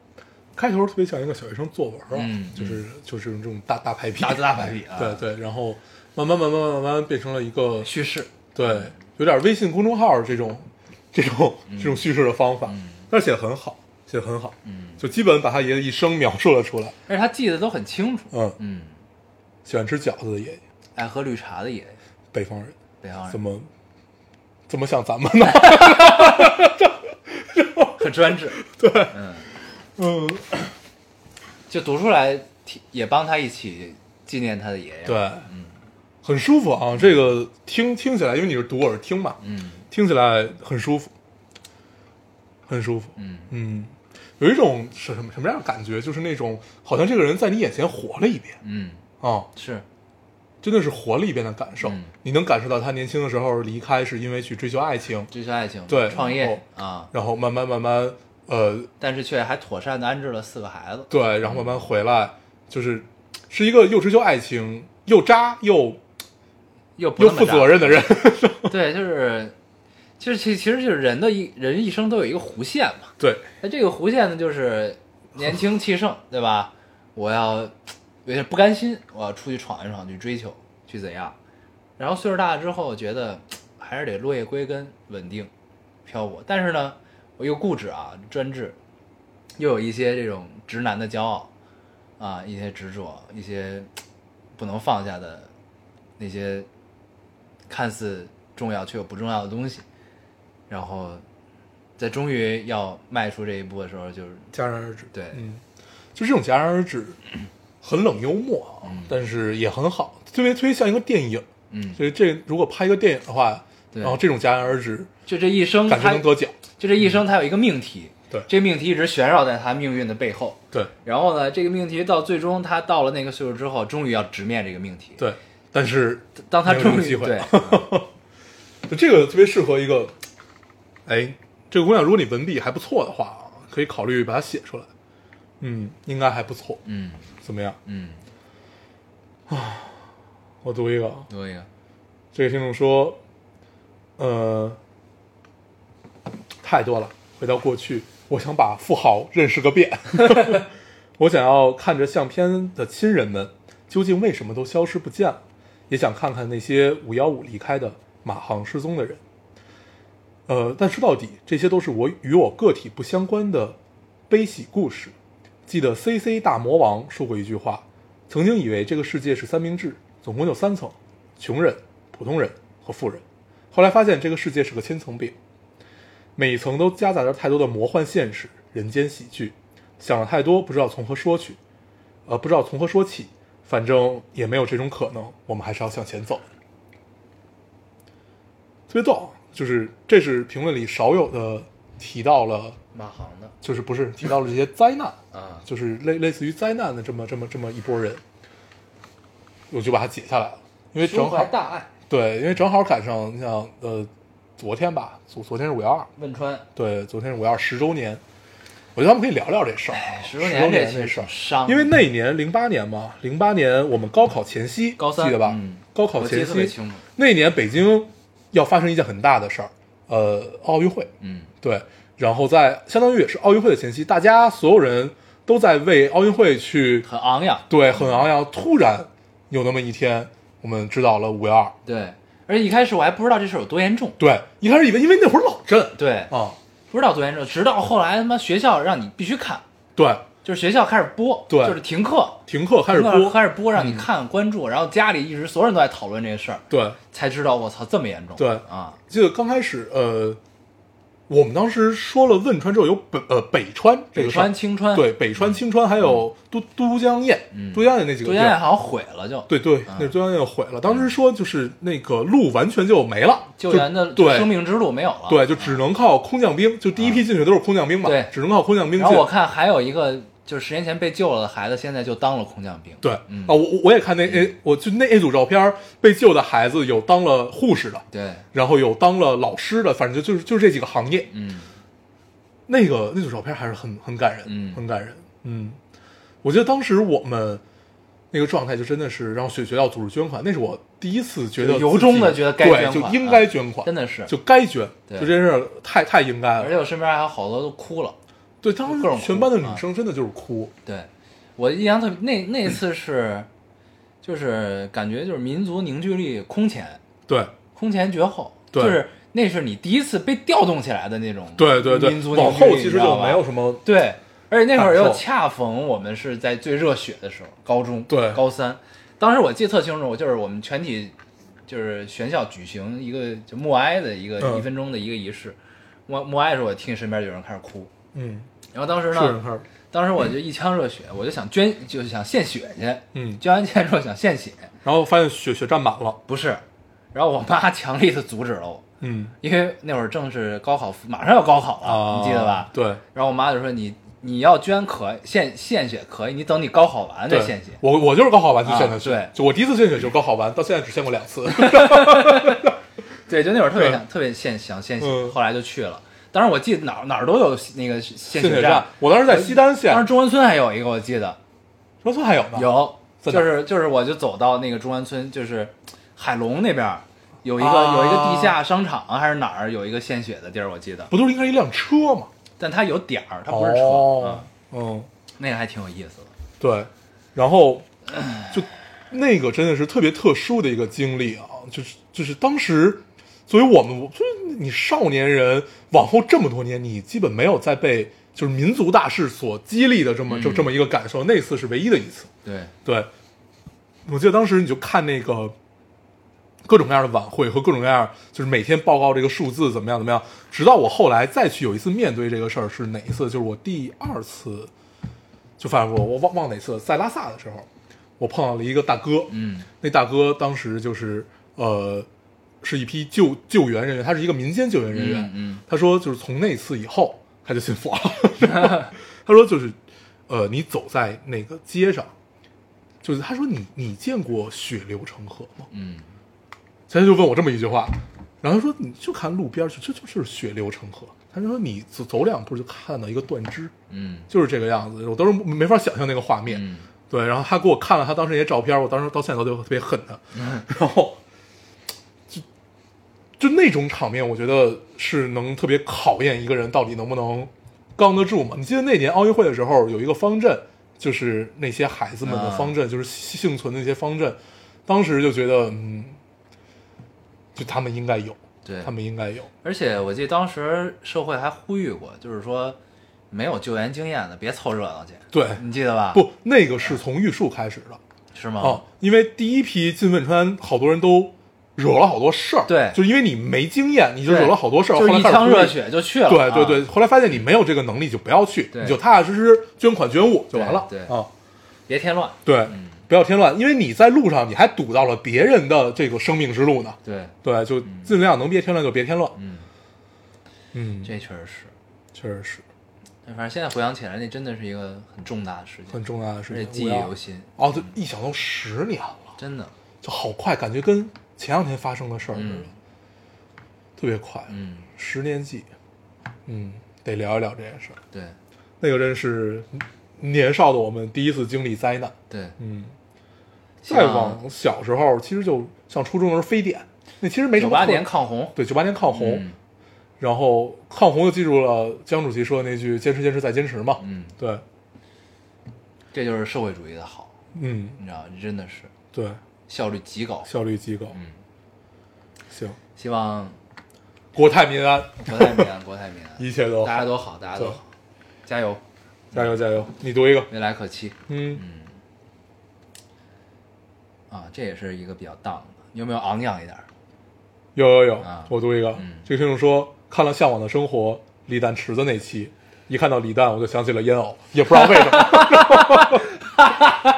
开头特别像一个小学生作文啊，
嗯
就是就是这种大大排比，
大字大排比啊
对对，然后慢慢慢慢慢慢变成了一个
叙事
对，有点微信公众号这种 这种
嗯
这种叙事的方法，但是写的很好，写的很好，嗯，就基本把他爷爷一生描述了出来，
而且他记得都很清楚。
嗯，
嗯，
喜欢吃饺子的爷爷，
爱喝绿茶的也
北方人，
北方
怎
人
么怎么像咱们呢？
很专 制，
嗯，
就读出来替也帮他一起纪念他的爷爷。
对，，嗯，很舒服啊，这个听听起来，因为你是读我是听嘛，
嗯
听起来很舒服，很舒服，
嗯，
嗯，有一种什么什么样的感觉，就是那种好像这个人在你眼前活了一遍
嗯，
啊、
是
真的是活了一遍的感受。
嗯
你能感受到他年轻的时候离开是因为去追求爱情，
追求爱情，
对
创业
然
啊，
然后慢慢慢慢，呃，
但是却还妥善的安置了四个孩子。
对，然后慢慢回来，就是是一个又追求爱情又渣又
又不
又
那么
负责任的人。
大，对，就是，就是其其实就是人的一人一生都有一个弧线嘛，
对，
那这个弧线呢，就是年轻气盛，对吧？我要有点不甘心，我要出去闯一闯，去追求，去怎样？然后岁数大了之后，觉得还是得落叶归根，稳定、漂泊。但是呢，我又固执啊，专制，又有一些这种直男的骄傲啊，一些执着，一些不能放下的那些看似重要却又不重要的东西。然后在终于要迈出这一步的时候，就是
戛然而止。
对
嗯，就这种戛然而止，很冷幽默啊，但是也很好，特别特别像一个电影。
嗯，
所以这如果拍一个电影的话，
对
然后这种戛然而止，
就这一生
感觉
他
能得奖。
就这一生他有一个命题，
对
这命题一直旋绕在他命运的背后。
对
然后呢，这个命题到最终他到了那个岁数之后，终于要直面这个命题。，
对，但是
当他
没有这
终
种
于
机会啊
对，
就这个特别适合一个，哎，这个姑娘，如果你文笔还不错的话啊，可以考虑把它写出来。嗯，应该还不错。
嗯
怎么样？啊
嗯，
我读一个啊，
多一个，
这个听众说，呃，太多了。回到过去，我想把富豪认识个遍， 我想要看着相片的亲人们究竟为什么都消失不见了，也想看看那些五幺五离开的马航失踪的人。呃，但说到底，这些都是我与我个体不相关的悲喜故事。记得 C C 大魔王说过一句话：“曾经以为这个世界是三明治，总共有三层，穷人、普通人和富人。后来发现这个世界是个千层饼，每一层都夹杂着太多的魔幻现实、人间喜剧。想了太多，不知道从何说去，呃，不知道从何说起。反正也没有这种可能，我们还是要向前走。特别逗，啊就是这是评论里少有的提到了，
马航的
就是不是提到了这些灾难，
啊，
就是类类似于灾难的这么这么这么一波人，我就把它解下来了，因为正
胸
好
怀大爱，
对，因为正好赶上你想呃昨天吧，昨昨天是五幺二，
汶川
对，昨天是五幺二十周年，我觉得咱们可以聊聊这事儿，
哎十
哦十
周年
年
这
那
其
事
实
儿。
伤，
因为那一年零八年嘛，零八年我们高考前夕，
高三
记得吧？
嗯
高考
我记
前
得特别
夕，
清楚，
那一年北京要发生一件很大的事儿，呃，奥运会。
嗯，
对，然后在相当于也是奥运会的前夕，大家所有人都在为奥运会去，
很昂扬，
对，很昂扬。突然有那么一天，我们知道了五幺二。
对，而且一开始我还不知道这事儿有多严重，
对，一开始以为因为那会儿老震
对，
啊，
不知道多严重，直到后来他妈学校让你必须看，
对，
就是学校开始播，
对
就是停课
停课开始
停课
播，嗯
开始播，让你看关注，然后家里一直所有人都在讨论这个事儿，
对，
才知道我操这么严重，
对
啊，
记得刚开始呃。我们当时说了汶川之后有北呃北川这
北
个事儿
川、青川，
对，北川、青川还有都都江堰，
嗯
都江堰那几个
杜
地
家堰
儿，
好像毁了就，
对对，
啊
那都江堰毁了。当时说就是那个路完全就没了，
嗯救援的
就对
生命之路没有了，
对，就只能靠空降兵，就第一批进去都是空降兵嘛，
啊嗯对
只能靠空降兵
然后
进
我。看还有一个就是十年前被救了的孩子，现在就当了空降兵，
对，
嗯
啊，我我我也看那那，我就那那组照片儿，被救的孩子有当了护士的，
对，
然后有当了老师的，反正就就是就是这几个行业。
嗯，
那个那组照片还是很很感人，
嗯
很感人，嗯，我记得当时我们那个状态就真的是让学学校组织捐款，那是我第一次觉得
就
自己
由衷地觉得该捐款啊
对，就应该捐款，
真的是
就该捐，就
对
这件事儿太太应该
而
了。
且我身边还有好多都哭了。
对，当
各种
时
哭
全班的女
啊
生真的就是哭，
对，我印象特别，那那次是，就是感觉就是民族凝聚力空前，
对
空前绝后，
对
就是那是你第一次被调动起来的那种，
对对对
民，族凝聚力
往后其实就没有
么
什么
对，而且那会儿
感
又
受
恰逢我们是在最热血的时候，高中
对
高三，当时我记得特清楚，我就是我们全体就是全校举行一个就默哀的一个、
嗯
一分钟的一个仪式，默默哀的时候，我听身边有人开始哭，
嗯，
然后当时
是
呢，
人开始，
当时我就一腔热血，我就想捐，就是想献血去。
嗯
捐完钱之后想献血，
然后发现血血站满了，
不是。然后我妈强力的阻止了我，
嗯
因为那会儿正是高考，马上要高考了，
啊，
你记得吧？。
对。
然后我妈就说你你要捐可献献血可以，你等你高考完再
对
献血。
我我就是高考完就献的
啊
血，
对
就我第一次献血就是高考完，到现在只献过 两次。
对，就那会儿特别
对
想特别献想献血，
嗯
后来就去了。当时我记得哪儿哪儿都有那个献
献
血啊
站，我当时在西单县
当，时中关村还有一个我记得
中关村还有呢，
有，
在
就
哪
是就是我就走到那个中关村，就是海龙那边儿有一个、
啊
有一个地下商场还是哪儿有一个献血的地儿，我记得，
不都是应该是一辆车吗？
但它有点儿，它
它
不是车、
哦、嗯，
嗯，那个还挺有意思的。
对，然后就那个真的是特别特殊的一个经历啊，就是就是当时作为我们，我就是你少年人往后这么多年，你基本没有再被就是民族大事所激励的这么这、这么一个感受，那次是唯一的一次。
对，
对，我记得当时你就看那个各种各样的晚会和各种各样，就是每天报告这个数字怎么样怎么样，直到我后来再去有一次面对这个事儿是哪一次？就是我第二次，就反正我我忘忘哪次了，在拉萨的时候，我碰到了一个大哥，
嗯
那大哥当时就是呃。是一批救救援人员，他是一个民间救援人员。
嗯嗯
他说就是从那次以后，他就信佛了。 他说就是，呃，你走在那个街上，就是他说你你见过血流成河吗？
嗯，
他就问我这么一句话，然后他说你就看路边儿去，就就就是血流成河。他说你走走两步就看到一个断肢，
嗯
就是这个样子，我当时没法想象那个画面。
嗯
对，然后他给我看了他当时那些照片，我当时到现在都特别恨他。 然后就就那种场面，我觉得是能特别考验一个人到底能不能刚得住嘛。你记得那年奥运会的时候，有一个方阵，就是那些孩子们的方阵，就是幸存的那些方阵，当时就觉得，嗯，就他们应该有，
对
他们应该有，
而且我记得当时社会还呼吁过，就是说没有救援经验的别凑热闹去，
对。
你记得吧？，
不，那个是从玉树开始的，
是吗？
哦，因为第一批进汶川，好多人都惹了好多事儿。
对
就因为你没经验，你就
对，
惹了好多事儿。
就
后
是
来
一
开始
腔
呼吁
热。血就去了。
对对
啊
对，，后来发现你没有这个能力，就不要去，
对
你就踏踏实实捐款捐物就完了。
对对嗯
啊，
别添乱。
对，不要添乱，因为你在路上你还堵到了别人的这个生命之路呢。
对，
对，就尽量能别添乱就别添乱。
嗯，
嗯，
这确实是。
确实是
反正现在回想起来，那真的是一个很重大的事情，
很重要的事
而且
情，
记忆
我要
犹新，
哦，对，一想都十年了，
真的。
就好快，感觉跟前两天发生的事儿似的
嗯，
特别快。
嗯，
十年记，嗯，得聊一聊这件事儿。
对
那个真是年少的我们第一次经历灾难。
对。
嗯，
像
再往小时候，其实就像初中的时候非典，那其实没什
九
么
八
特
年抗洪，
对，九八年抗洪，
嗯
然后抗洪又记住了江主席说的那句“坚持，坚持再坚持”嘛。
嗯，
对，
这就是社会主义的好，
嗯，
你知道，真的是
对，
效率极高。
效率极高。
嗯，
行，
希望
国泰民安，
国泰民安，国泰民安，
一切都
大
好，
家都好，大家都好，加油，
加油加油！你读一个，
未来可期
嗯，
啊！这也是一个比较荡的，你有没有昂扬一点儿？
有有有
啊，
我读一个
嗯。
这个听众说看了《向往的生活》李诞池子那期，一看到李诞我就想起了烟 偶，也不知道为什么。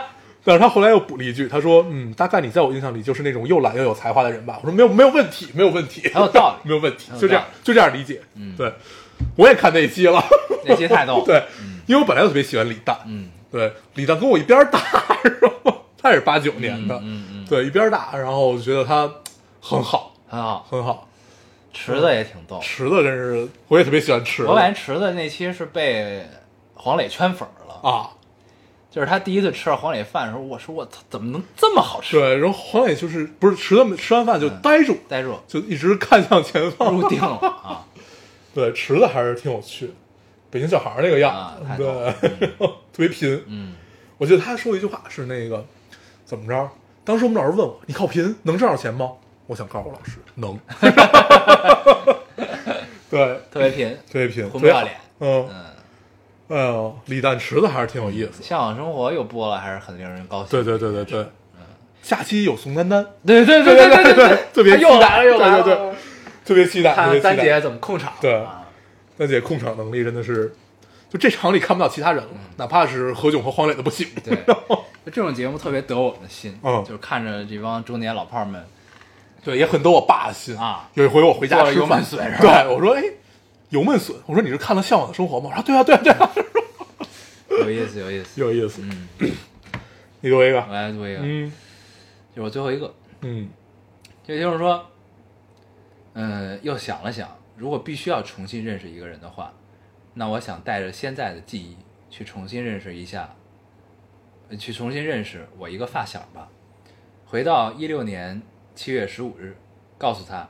但是他后来又补了一句，他说：“嗯，大概你在我印象里就是那种又懒又有才华的人吧。”我说：“没有，没有问题，没有问题，
哦很有道理
没有问题，
很有
就这样
道，
就这样理解。”嗯，对，我也看那一期了。
那期太逗了，
对，因为我本来就特别喜欢李诞，
嗯，
对，李诞跟我一边儿大， 然后他也是八九年的，
嗯嗯
对，一边儿大，然后我觉得他很好，
很好，
很好。
池子也挺逗。
池子真是，我也特别喜欢池子
我感觉池子那期是被黄磊圈粉儿了，
啊。
就是他第一次吃到黄磊饭的时候，我说我操，怎么能这么好吃？
对，然后黄磊就是不是池子吃完饭就
嗯
呆住，
呆住，
就一直看向前方。
入定了啊！
对，池子还是挺有趣的，北京小孩儿那个样
啊
子，
太逗了
对，特别贫。
嗯，
我记得他说一句话是那个怎么着？当时我们老师问我，你靠贫能挣着钱吗？我想告诉我老师，能。 对，
特别贫，
特 别贫，
红不要
特别
脸
好嗯，
嗯，
哎呦，李诞池子还是挺有意思的。
向往生活又播了，还是很令人高兴。
对对对对对，下期有宋丹丹，
对对对对对对，
特别
他又
期待
来了又来了，
对对对，特别期待，特别
看
期待
丹姐怎么控场。
对
啊
丹姐控场能力真的是，就这场里看不到其他人了，哪怕是何炅和黄磊都不行。
嗯对，就这种节目特别得我们的心，
嗯
就是看着这帮中年老炮儿们，
对，也很得我爸的心
啊
有一回我回家
做了
吃
油
饭
焖笋是吧
对我说：“哎，油焖笋。”我说：“你是看了《向往的生活》吗？”我说：“对啊，对啊，对啊，
有意思有意思。
有意思。
嗯，
你读一
我
个，
来读一个，
嗯
就是我最后一个，
嗯
这个听众说，嗯，又想了想，如果必须要重新认识一个人的话，那我想带着现在的记忆去重新认识一下，呃去重新认识我一个发小吧。回到一六年七月十五日，告诉他，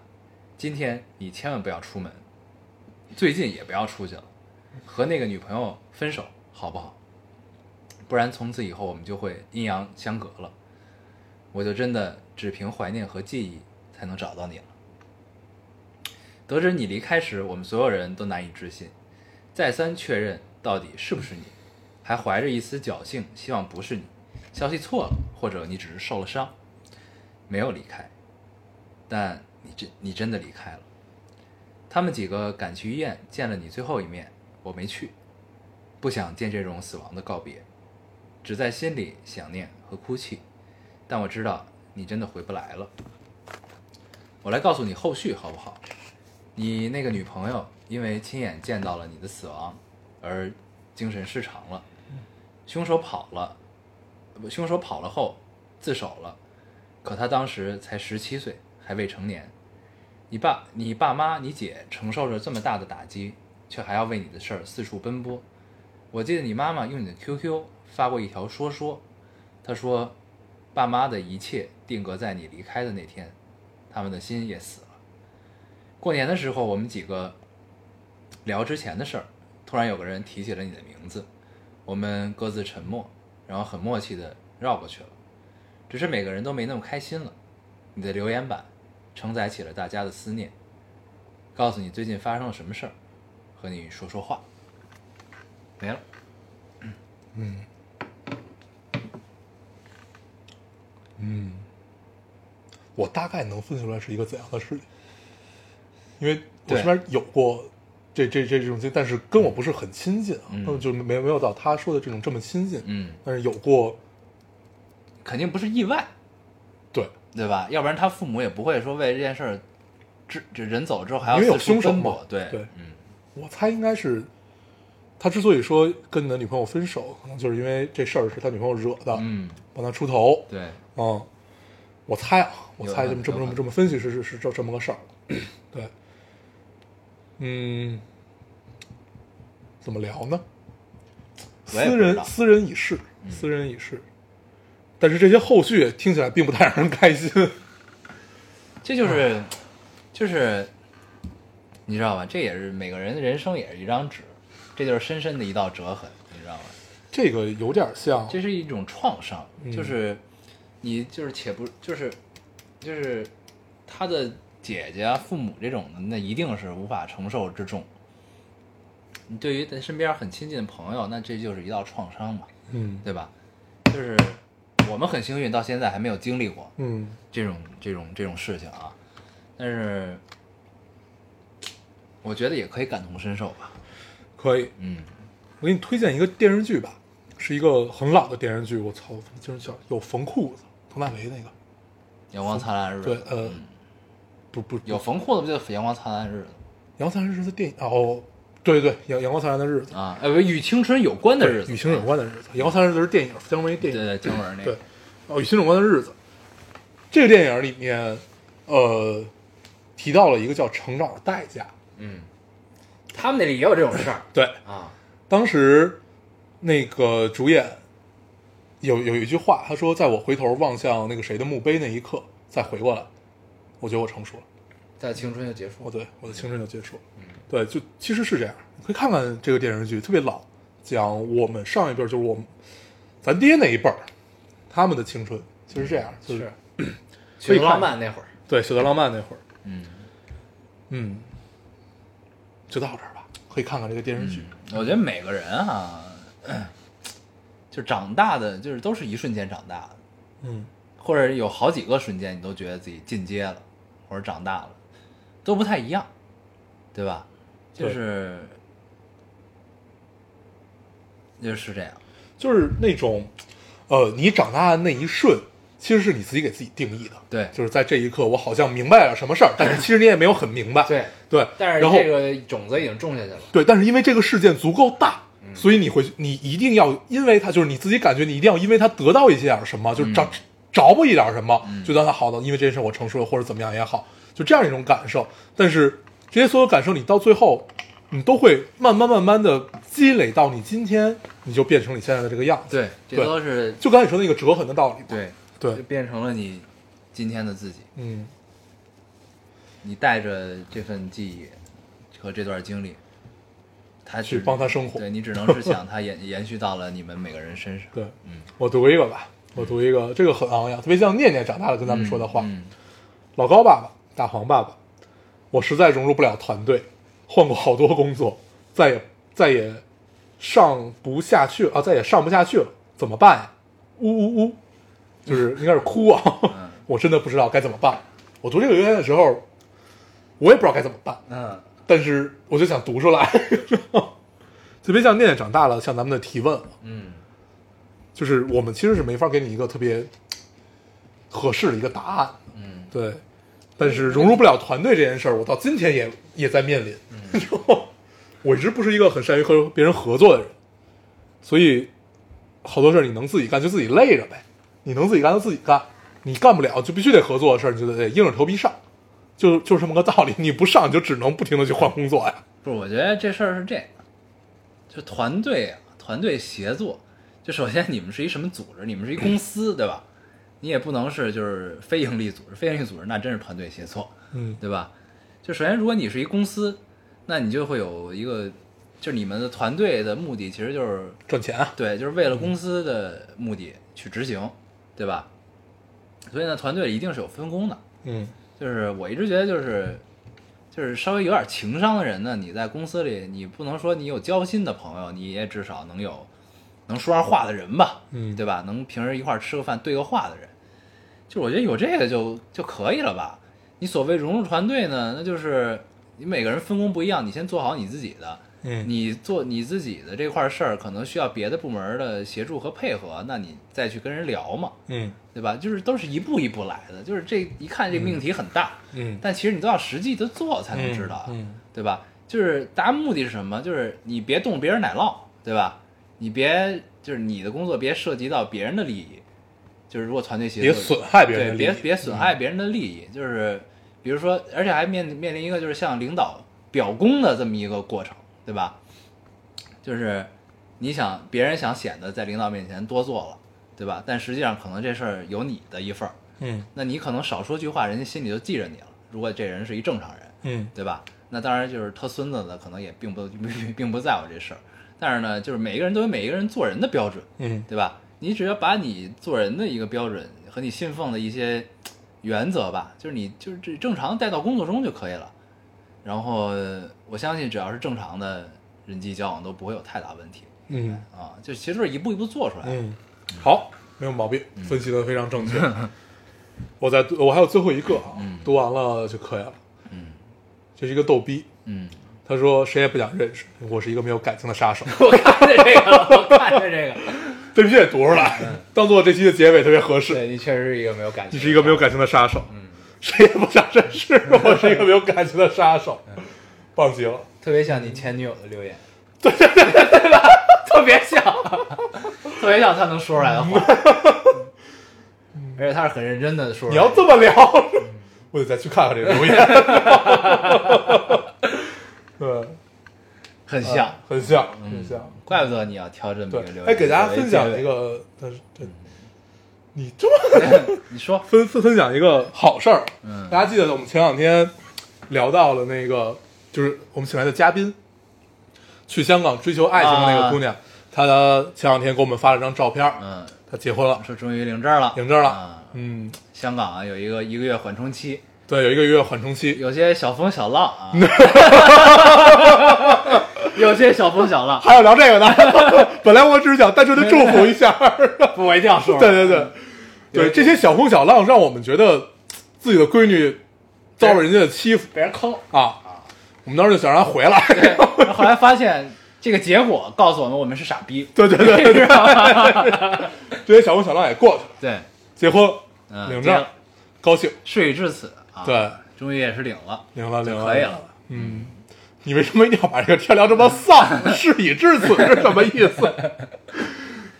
今天你千万不要出门，最近也不要出去了，和那个女朋友分手好不好？不然从此以后我们就会阴阳相隔了。我就真的只凭怀念和记忆才能找到你了。得知你离开时，我们所有人都难以置信，再三确认到底是不是你，还怀着一丝侥幸，希望不是你，消息错了，或者你只是受了伤，没有离开。但你真你真的离开了。他们几个赶去医院见了你最后一面，我没去，不想见这种死亡的告别，只在心里想念和哭泣。但我知道你真的回不来了。我来告诉你后续好不好？你那个女朋友因为亲眼见到了你的死亡而精神失常了，凶手跑了，呃不，凶手跑了后自首了，可他当时才十七岁，还未成年。你爸、你爸妈、你姐承受着这么大的打击，却还要为你的事儿四处奔波。我记得你妈妈用你的 QQ 发过一条说说，她说爸妈的一切定格在你离开的那天，他们的心也死了。过年的时候，我们几个聊之前的事儿，突然有个人提起了你的名字，我们各自沉默，然后很默契的绕过去了，只是每个人都没那么开心了。你的留言板承载起了大家的思念，告诉你最近发生了什么事儿，和你说说话。没了，
嗯，我大概能分析出来是一个怎样的事情，因为我
对
身边有过这这这这种经历，但是跟我不是很亲近啊，
嗯
嗯，就没没有到他说的这种这么亲近，
嗯，
但是有过
肯定不是意外，
对，
对吧？要不然他父母也不会说为这件事儿，这这人走之后还要
因为有
四处
凶手
奔
嘛
波对嗯
对我猜应该是他之所以说跟你的女朋友分手，可能就是因为这事儿是他女朋友惹的，
嗯，
帮他出头。
对，
嗯，我猜啊，我
有
猜
可能
这么这
有
么这
可
么这么分析是是是这这么个事儿。对，嗯，怎么聊呢？
我也不
私
知
人
道嗯
私人已逝，私人已逝。但是这些后续听起来并不太让人开心。
这就是就是你知道吧？这也是每个人的人生也是一张纸，这就是深深的一道折痕，你知道吗？
这个有点像，
这是一种创伤，
嗯
就是你就是且不就是就是他的姐姐啊、父母这种的，那一定是无法承受之重。你对于他身边很亲近的朋友，那这就是一道创伤嘛，
嗯
对吧？就是我们很幸运，到现在还没有经历过
嗯，
这种这种这种事情啊，但是我觉得也可以感同身受吧。
可以。
嗯，
我给你推荐一个电视剧吧，是一个很老的电视剧，我操，就是叫有缝裤子，佟大为那个。
阳光灿烂的日
对
子，，
呃，不不，
嗯有缝裤子不就阳光灿烂的日子吗？
阳光灿烂的日子电影哦，对对对，阳阳光灿烂的日子，
啊，呃，不与青春有关的日子，
与情有关的日子，阳光灿烂的日子是电影，姜文
对
电
对，
影，
姜文那
对
个，，
哦，与情有关的日子，这个电影里面，呃，提到了一个叫成长的代价，
嗯
嗯他们那里也有这种事儿
对，
啊，
当时那个主演有有一句话，他说：“在我回头望向那个谁的墓碑那一刻，再回过来，我觉得我成熟了，
在青春就结束
我
了。
哦对我的青春就结束了。”
嗯
对，就其实是这样，你可以看看这个电视剧，特别老，讲我们上一辈儿，就是我们咱爹那一辈儿，他们的青春就是这样，就是
是
所以
去
看
浪漫那会儿，
对《雪的浪漫》那会儿，
嗯
嗯，就到这儿吧，可以看看这个电视剧，
嗯我觉得每个人啊， 就长大的就是都是一瞬间长大的，
嗯
或者有好几个瞬间你都觉得自己进阶了，或者长大了，都不太一样，对吧？就
对
是就是这样，
就是那种，呃，你长大的那一瞬，其实是你自己给自己定义的。
对
就是在这一刻，我好像明白了什么事儿，但是其实你也没有很明白。
对，
对，
但是
然后
这个种子已经种下去了。
对，但是因为这个事件足够大，所以你会，你一定要因为它，就是你自己感觉你一定要因为它得到一些点儿什么，就是找、着不一点儿什么，就当它好的，因为这件事我成熟了，或者怎么样也好，就这样一种感受。但是这些所有感受，你到最后，你都会慢慢慢慢的积累到你今天，你就变成你现在的这个样子。
对，这
对
都是
就刚才你说那个折痕的道理嘛。
对，就
对，
变成了你今天的自己，
嗯，
你带着这份记忆和这段经历，他
去帮他生活
对你只能是想他延 延续到了你们每个人身上。
对，我读一个吧，我读一个，这个很昂扬，特别像念念长大了跟咱们说的话。
嗯，
老高爸爸、大黄爸爸，我实在融入不了团队，换过好多工作，再也再也上不下去了啊，再也上不下去了，怎么办呀？呜呜呜，就是应该是哭啊， 我真的不知道该怎么办。我读这个留言的时候，我也不知道该怎么办，
嗯，
但是我就想读出来， 特别像念念长大了，像咱们的提问，嗯，就是我们其实是没法给你一个特别合适的一个答案，嗯，对，但是融入不了团队这件事儿，我到今天也也在面临， 嗯、我一直不是一个很善于和别人合作的人，所以好多事儿你能自己干就自己累着呗，你能自己干就自己干，你干不了就必须得合作的事儿，你就得硬着头皮上。就就是这么个道理， 你不上你就只能不停的去换工作呀。
不是，我觉得这事儿是这样，就团队啊，团队协作，就首先你们是一什么组织？你们是一公司，对吧？你也不能是就是非盈利组织，非盈利组织那真是团队协作，
嗯
对吧？就首先，如果你是一公司，那你就会有一个，就是你们的团队的目的其实就是
赚钱啊，
对，就是为了公司的目的去执行，对吧？所以呢，团队里一定是有分工的。
嗯，
就是我一直觉得就是就是稍微有点情商的人呢，你在公司里你不能说你有交心的朋友，你也至少能有能说上话的人吧，
嗯
对吧？能平时一块儿吃个饭对个话的人，就是我觉得有这个就就可以了吧。你所谓融入团队呢，那就是你每个人分工不一样，你先做好你自己的，
嗯，
你做你自己的这块事儿，可能需要别的部门的协助和配合，那你再去跟人聊嘛，
嗯
对吧？就是都是一步一步来的，就是这一看这命题很大，
嗯，
但其实你都要实际的做才能知道，
嗯
对吧？就是大家目的是什么？就是你别动别人奶酪，对吧？你别就是你的工作别涉及到别人的利益，就是如果团队协
别
作，
损害别
对，
人的利益，
别别损害别人的利益，就是比如说，而且还面面临一个就是向领导表功的这么一个过程，对吧？就是你想别人想显得在领导面前多做了，对吧？但实际上可能这事儿有你的一份儿，
嗯
那你可能少说句话，人家心里就记着你了。如果这人是一正常人，
嗯
对吧？那当然就是他孙子的，可能也并不 并不在乎这事儿。但是呢，就是每一个人都有每一个人做人的标准，
嗯
对吧？你只要把你做人的一个标准和你信奉的一些原则吧，就是你就是这正常带到工作中就可以了。然后我相信，只要是正常的人际交往，都不会有太大问题
嗯
啊。就其实就是一步一步做出来的。
嗯，好，没有毛病，分析的非常正确。我再我还有最后一个啊，读完了就可以了。
嗯，
这是一个逗逼，
嗯，
他说谁也不想认识，我是一个没有感情的杀手。
我看着这个了，我看着这个，
这必须得读出来，当做这期的结尾特别合适。
对哎你确实是一个没有感情，
你是一个没有感情的杀手，
嗯
谁也不想认识，我是一个没有感情的杀手，
嗯
棒极了。
特别像你前女友的 留言，对对 对对吧？特别像，特别像他能说出来的 话，而且他是很认真的说出来的。
你要这么聊，
嗯
我得再去看看这个留 言。对，啊
很像，嗯
很像，很像。
怪不得你要挑这么一
嗯对
个留，言。
哎，给大家分享一
个，
个，但是
嗯
对，你这么
你说
分分分享一个好事儿。
嗯
大家记得我们前两天聊到了那个，就是我们请来的嘉宾，去香港追求爱情的那个
啊
姑娘，她前两天给我们发了张照片儿，
嗯，
她结婚了。
说终于领证了，
领证了
啊。
嗯，
香港啊有一个一个月缓冲期，
对，有一个月缓冲期，
有些小风小浪 啊，有些小风小浪，
还要聊这 个呢。本来我只是想单纯的祝福一下，
不，我一定要说
对对
嗯
对，对这些小风小浪让我们觉得自己的闺女遭了人家的欺负
被人坑。
啊，我们当时就想让她回来。
然后后来发现这个结果告诉我们，我们是傻 逼。
对对对 对对，这些小风小浪也过去了，
对，
结婚
嗯，
领
结
证
了，
高兴，
事已至此啊，
对，
终于也是领了，
领了领
就
了，
可以了。
嗯，你为什么一定要把这个天聊这么丧？事已至此是什么意 思？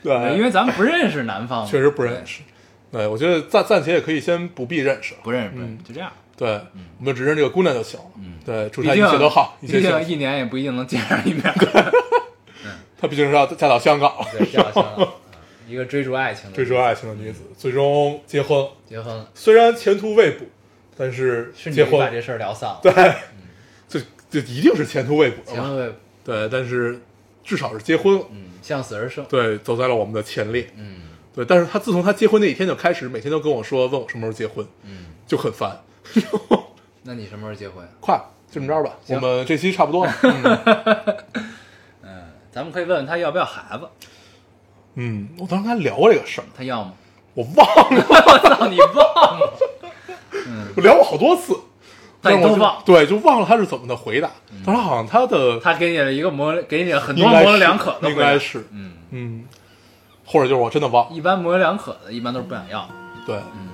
对，
因为咱们不认识南
啊
方，
确实不认识。对，我觉得暂暂且也可以先不必认识。
对，不认识，不认
嗯
识，就这样。
对，我们就只认这个姑娘就行了。嗯，对，祝
毕
她一
竟
切都好，一切
毕
幸
竟
啊
福。
一年也不一定能见上一面。
她毕竟是要嫁到香港，
对，这样行了，一个追逐爱情的，
追逐爱情的女子，最终结婚。
结婚了，
虽然前途未卜，但是
是
结
你把
婚，
这事儿聊散了。
对， 这这一定是前途未卜
结
嘛。
婚会
对，但是至少是结婚了。
嗯向死而生，
对，走在了我们的前列。
嗯，
对，但是她自从她结婚那一天就开始，每天都跟我说，问我什么时候结婚，
嗯，
就很烦。
那你什么时候结婚？啊
快，就这么着吧，我们这期差不 多了。嗯
咱们可以问问他要不要孩子，
嗯，我当时跟他聊过这个事儿，
他要吗？
我忘了，
我操，你忘了？
我聊过好多次，
但你
我
都
就
忘
对，就忘了他是怎么的回答。当时好像他的
他给你了一个模棱，给你了很
应
多
该
模
是
棱两可的回
应该
答。
是，
嗯，
嗯，或者就是我真的忘了。
一般模棱两可的，一般都是不想要，
对，嗯，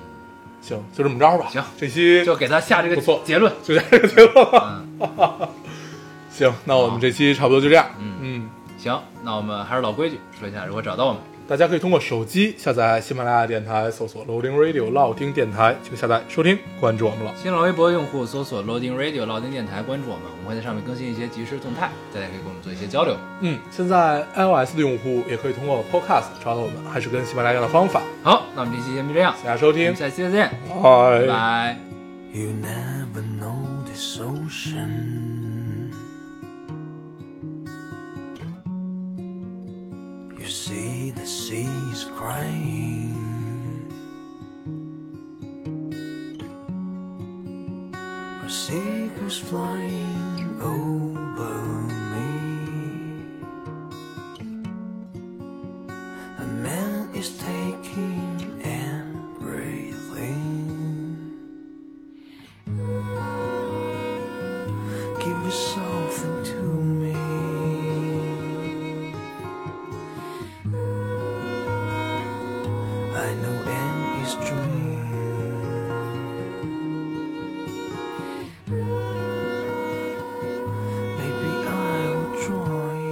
行，就这么着吧。
行
这期
就给他下这
不错
个结论。
就这样就结束了。 行，那我们这期差不多就这样。
嗯
嗯，
行，那我们还是老规矩，说一下如何找到我们。
大家可以通过手机下载喜马拉雅电台，搜索 Loading Radio 老听电台，就下载收听，关注我们了。
新浪微博用户搜索 Loading Radio 老丁电台，关注我们，我们会在上面更新一些即时动态，大家可以跟我们做一些交流。
嗯，现在 iOS 的用户也可以通过 Podcast 找到我们，还是跟喜马拉雅一样的方法。
好，那我们这期节目就这样，
大家收
我
听
们，下期再见，拜
拜
拜。
You never know this ocean. You see the seas crying. Or seagulls flying over me. A man is taking everything. Give me something to me. I know end is dream. Maybe I will try.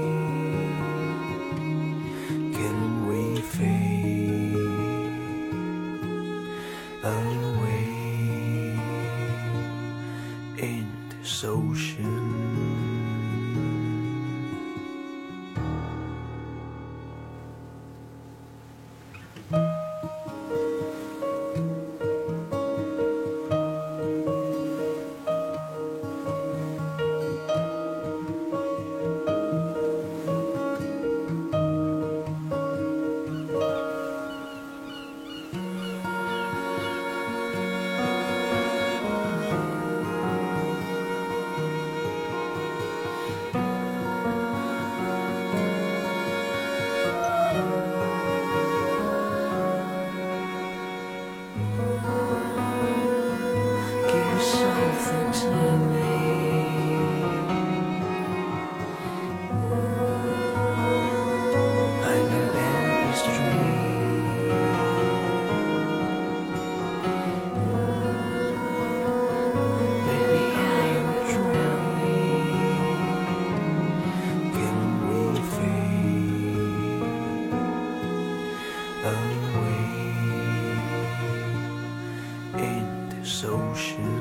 Can we fade away in this ocean?
手是。